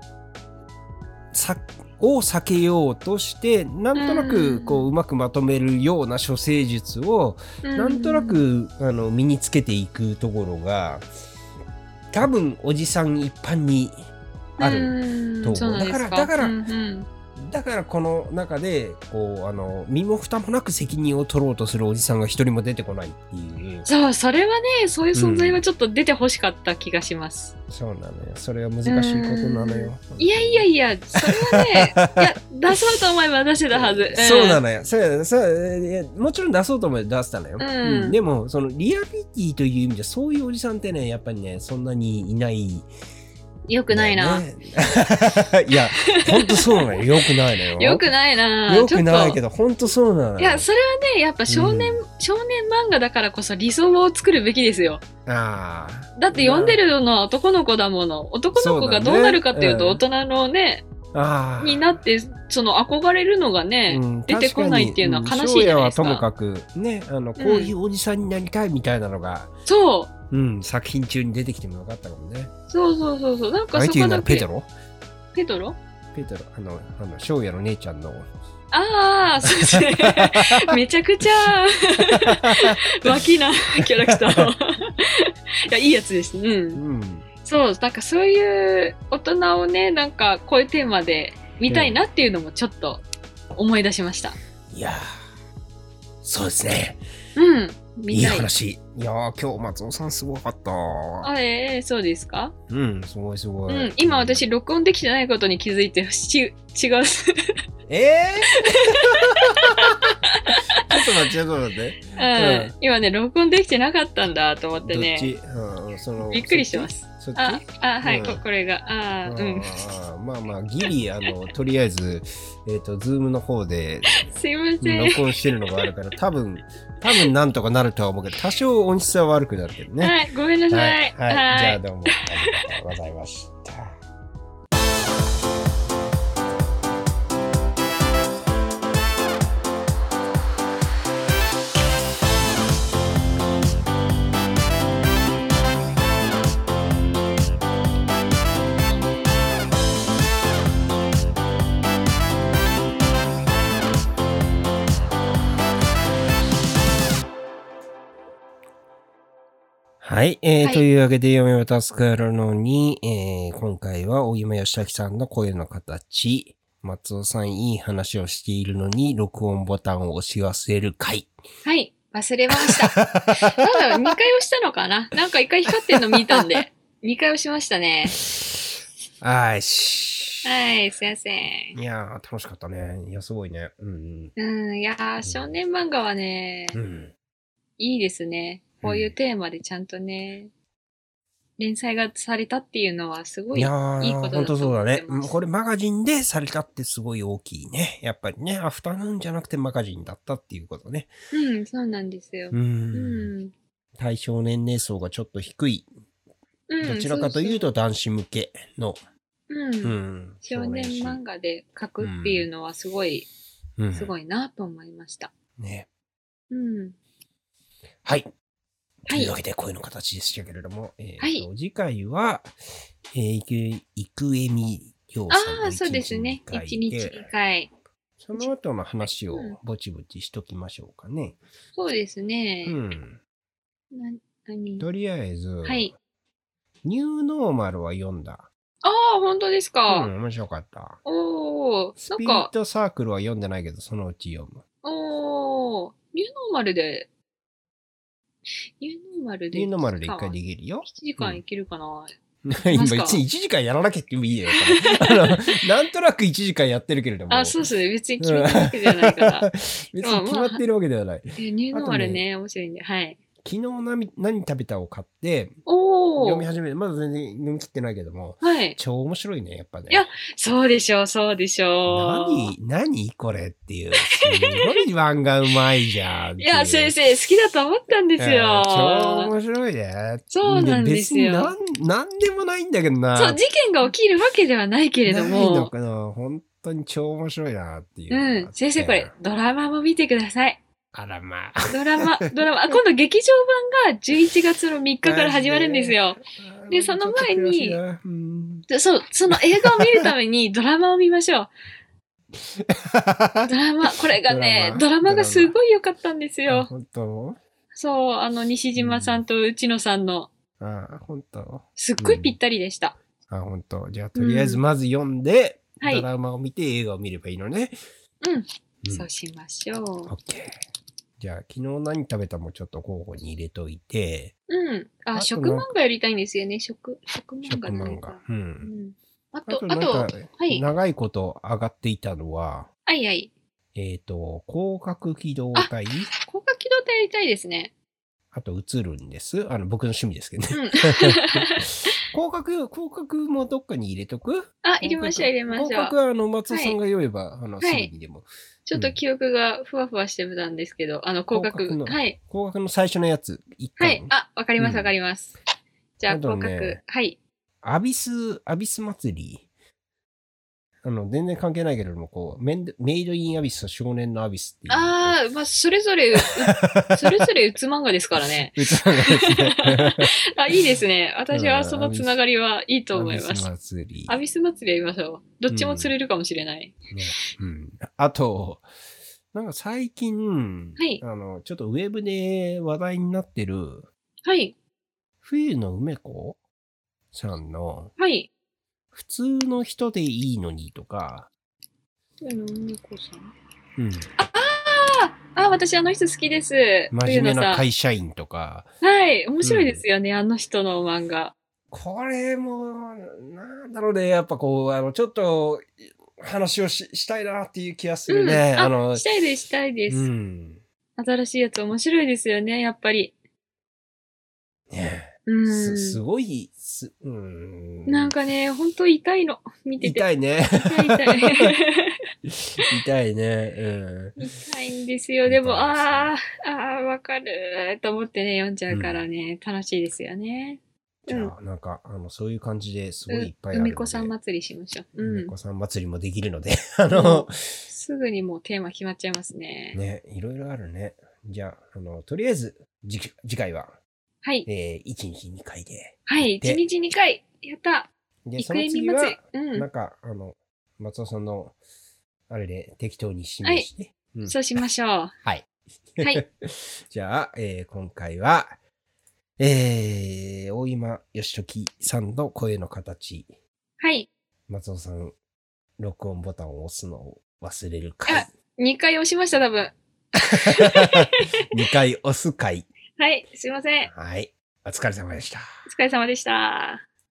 S1: さを避けようとして、なんとな
S2: う
S1: く、
S2: ん
S1: こう、うまくまとめるような処世術を、なんとな
S2: うん、
S1: くあの身につけていくところが多分おじさん一般にある、
S2: る
S1: と思う
S2: そうなんですか。
S1: だからだから
S2: うんうん
S1: だからこの中でこうあの身も蓋もなく責任を取ろうとするおじさんが一人も出てこないっていう
S2: そう、それはね、そういう存在はちょっと出てほしかった気がします。
S1: そうなのよそれは難しいことなのよ
S2: いやいやいや、それは
S1: (laughs)
S2: ね、いや、出そうと思えば出せたはず。ん
S1: そうなのよ。そうなのそういやもちろん出そうと思えば出せたのよ。
S2: うん
S1: でも、そのリアリティという意味じゃ、そういうおじさんってね、やっぱりね、そんなにいない。
S2: よくないな。
S1: ねいや、ほんとそうなのよ。よくないのよ。
S2: よくないな。
S1: よくないけ
S2: ど。
S1: ど、ほんとそうなのよ。
S2: いや、それはね、やっぱ少年、少年漫画だからこそ理想を作るべきですよ。
S1: ああ。
S2: だって読んでるのは男の子だもの。男の子がどうなるかっていうと、
S1: そ
S2: 大
S1: うだ
S2: 人のね、
S1: ああ。
S2: になって、その憧れるのがね、
S1: うん
S2: 出てこないっていうのは悲しいじゃないですか
S1: うん翔也はともかく、ね、あの、こういうおじさんになりたいみたいなのが、
S2: そう。
S1: うん、作品中に出てきてもよかったかもね。
S2: そうそうそうそう。なんか
S1: なん
S2: そ
S1: ていう
S2: こ
S1: な
S2: だ
S1: ら
S2: け。
S1: ペトロ
S2: ペトロ
S1: ペトロ、あの、あの、翔也の姉ちゃんの。
S2: ああ、そうですね。めちゃくちゃ、脇なキャラクター。いや、いいやつです。う。
S1: うんん。
S2: そう、なんかそういう大人をね、なんかこういうテーマで見たいなっていうのもちょっと思い出しました。
S1: いやーそうですね。
S2: うん。見
S1: いい
S2: たい。
S1: 話。いやー今日松尾さんすごかった。
S2: あええそうですか、
S1: うん、すごいすご
S2: う
S1: い。
S2: ん。今私、録音できてないことに気づいて、 (laughs) し違う。
S1: ええ (laughs) ちょっと待って、ちょっと待って。
S2: うん。
S1: ん
S2: 今ね、録音できてなかったんだと思ってね。
S1: どっち、うん、その
S2: びっくりしてます。
S1: そっち
S2: あ、あ、はい、
S1: うん
S2: ここれが。あ
S1: あ
S2: ー (laughs) うん。
S1: ーまあまあギ
S2: (laughs)
S1: リあのとりあえずえっ、とズームの方です
S2: いません。
S1: 録音してるのがあるから多分多分なんとかなるとは思うけど多少音質は悪くなるけどね。
S2: はい、ごめんなさい。
S1: はい、はいじゃ
S2: は
S1: あ
S2: い。
S1: どうもありがとうございました。はい、えー
S2: はい
S1: というわけで、嫁を助かるのに、えー今回は、お夢吉明さんの声の形、松尾さんいい話をしているのに、録音ボタンを押し忘れる回。
S2: はい、忘れました。なんだ、2回押したのかななんか1回光ってんの見たんで。2回押しましたね。
S1: あーし。
S2: はい、すいません。
S1: いやー、楽しかったね。いや、すごいね。うん。
S2: うん、いやー、少年漫画はね、
S1: うん。
S2: いいですね。こういうテーマでちゃんとね、連載がされたっていうのはすご
S1: い
S2: い。
S1: や
S2: う
S1: ー、
S2: いいことだと
S1: ほんとそうだね。う
S2: 思って
S1: ん
S2: ます
S1: これマガジンでされたってすごい大きいね。やっぱりね、アフタヌーンじゃなくてマガジンだったっていうことね。
S2: ん、そうなんですよ。
S1: う。
S2: うんん。
S1: 対象年齢層がちょっと低い。
S2: うん。
S1: どちらかという
S2: と、
S1: と男子向けの
S2: うん。
S1: うん
S2: 少年漫画で書くっていうのはすごい、
S1: 画
S2: す
S1: い。
S2: ごいなと思いました。
S1: ね。
S2: うん。
S1: はい。と
S2: はい
S1: いうわけで、声の形でしたけれども、えーと
S2: はい
S1: 次回は、えー、いくいくえみようさんの
S2: ああ、そうですね。
S1: 1
S2: 1
S1: 日
S2: 日
S1: 2回
S2: 2回。
S1: その後の話を
S2: うん
S1: ぼちぼちしときましょうかね。
S2: そうです
S1: う
S2: ね。
S1: ん。
S2: な何
S1: とりあえず、
S2: はい
S1: ニューノーマルは読んだ。
S2: ああ、本当です
S1: う
S2: か。
S1: ん、面白かった。
S2: おお
S1: ス
S2: なん
S1: ピリッ
S2: か、
S1: トサークルは読んでないけど、そのうち読む。
S2: おおニューノーマルで、ニューノーマルで、
S1: ニューノーマルで一回
S2: 7
S1: できるよ。
S2: 時間いけるかな。
S1: 今
S2: ますか
S1: 一一時間やらなきゃってもいいよ。あの、なんとなく1時間やってるけれども。
S2: あ、そううですね。別に決めたわけじゃないから。
S1: (laughs) 別に決まってるわけではない。昨
S2: えニューノーマルね、面白いんで。はい。
S1: 日何何食べたを買って、
S2: お
S1: 読み
S2: お
S1: 始めて、まだ全然読み切ってないけども、
S2: はい。
S1: 超面白いね、やっぱね。
S2: いやそうでしょう、そうでしょう。
S1: 何、何これっていう。すごい漫画うまいじゃんって。
S2: いうや、先生、好きだと思ったんです
S1: えー超
S2: よ。
S1: 面白いね。
S2: そうなんですよ
S1: 別になん、なんでもないんだけどな。
S2: そう、事件が起きるわけではないけれど
S1: ないの
S2: も、
S1: かな本当に超面白いなっていうう。
S2: ん、先生、これ。、ドラマも見てくだ
S1: (laughs)
S2: さい。
S1: あらまあ。
S2: ドラマ、ドラマ、あ、今度劇場版が11月の3日から始まるんですよ。でその前に
S1: ちょっと悔しいなうん
S2: でそう、その映画を見るためにドラマを見ましょう。ドラマ、これがね、
S1: ド
S2: ド
S1: ラ
S2: ラ
S1: マ
S2: マがすごい良かったんです
S1: あ
S2: よ。
S1: 本当
S2: そう、あの、西島さんと内野さんの、
S1: あ、本当
S2: すっごいぴったりでした。
S1: あ、本当じゃあ、とりあえずまず読んで、
S2: はい
S1: ドラマを見て映画を見ればいいのね。
S2: うん
S1: ん
S2: そうしまし
S1: オ
S2: ょ
S1: ッケー。じゃあ、昨日何食べたもちょっと候補に入れといて、
S2: う。うん。
S1: あとなん
S2: あ、
S1: か
S2: 食漫画やりたいんですよね。食、食漫
S1: 食
S2: 画なん
S1: 漫
S2: か
S1: 画。。う。
S2: うんん。あ
S1: あ
S2: と
S1: と、、な
S2: あ
S1: ん
S2: と、
S1: か、
S2: はい。は
S1: 長いこと上がっていたのは、
S2: いはい。
S1: えっ、と、広角機動隊
S2: 高架機動隊やりたいですね。
S1: あと映るんです。あの、僕の趣味ですけどね。 (laughs)
S2: うん。
S1: 広角、広角もどっかに入れとく
S2: あ、
S1: (laughs)
S2: 入れましょう、入れまし
S1: 広
S2: ょ
S1: 角
S2: う。
S1: は、あの、松尾さんが酔えば、あの、
S2: い
S1: すぐにでも。
S2: ちょっと記憶がふわふわしてたんですけど、あの、広
S1: 広角
S2: 角。
S1: の
S2: はい。
S1: 広角の最初のやつ、一
S2: は
S1: 回
S2: い。。あ、わかりま
S1: うん
S2: す、わかります。じゃあ、
S1: あと
S2: 広
S1: ね
S2: 角。はい。
S1: アビス、アビス祭り。あの、全然関係ないけれども、こう、メンドメイドインアビスと少年のアビスっていう。
S2: ああ、まあ、それぞ
S1: (laughs)
S2: れ、うそれぞれうつ漫画ですからね。
S1: うつらがです
S2: (laughs)
S1: ね
S2: あ、いいですね。私
S1: うん
S2: はそのつながりはいいと思いま
S1: アビス
S2: す。
S1: 祭り。
S2: アビス祭りやりましょう。どっちも釣れるかもしれない。
S1: ねうん、あと、なんか最近、
S2: はい
S1: あの、ちょっとウェブで話題になってる、
S2: はい。
S1: 冬の梅子さんの、
S2: はい。
S1: 普通の人でいいのにとか、
S2: 冬の梅子さん。
S1: うん、
S2: ああ、私あの人好きです。
S1: 真面目な
S2: 冬野
S1: 会社員とか、
S2: さん。はい。面白いですよね、あの人の漫画。
S1: これも、なんだろうね、やっぱこう、あの、ちょっと、話をししたいなっていう気がするね。
S2: うん、あ
S1: あの、
S2: したいです、したいです、
S1: うん。
S2: 新しいやつ面白いですよね、やっぱり。
S1: ね
S2: う
S1: す
S2: ん。
S1: すごい、す、うん。
S2: なんかね、ほんと痛いの。見てて。
S1: 痛いね。
S2: 痛い痛い。
S1: (laughs) 痛いね。うん。
S2: 痛いんですよ。でも、
S1: 痛いですね
S2: ああ、ああ、わかると思ってね、読んじゃうからね、楽しいですよね。
S1: じ
S2: うん
S1: ゃあ、なんか、あの、そういう感じですご
S2: う
S1: いい
S2: ん
S1: っぱいあるので。
S2: 梅子さん祭りしましょう。う
S1: 梅
S2: ん。
S1: 子さん祭りもできるので、あの、
S2: すぐにもうテーマ決まっちゃいますね。
S1: ね、いろいろあるね。じゃあ、あの、とりあえず、じ次回は、
S2: はい。
S1: えー、1日2回で。
S2: はい。
S1: で
S2: 1日2回。やった。
S1: で、
S2: 行
S1: そ
S2: 方
S1: の
S2: 見
S1: 次
S2: 祭
S1: は
S2: り、。う
S1: なん
S2: ん。
S1: か、あの、松尾さんの、あれで適当に指名して。うん
S2: そうしましょう。
S1: はい。
S2: はい。
S1: じゃあ、えー今回は、えー、大今義時さんの声の形、
S2: はい。
S1: 松尾さん、録音ボタンを押すのを忘れる回
S2: あ、2回押しました、多分。
S1: 2回押す回。
S2: はい。すいません。
S1: はい。お疲れ様でした。
S2: お疲れ様でした。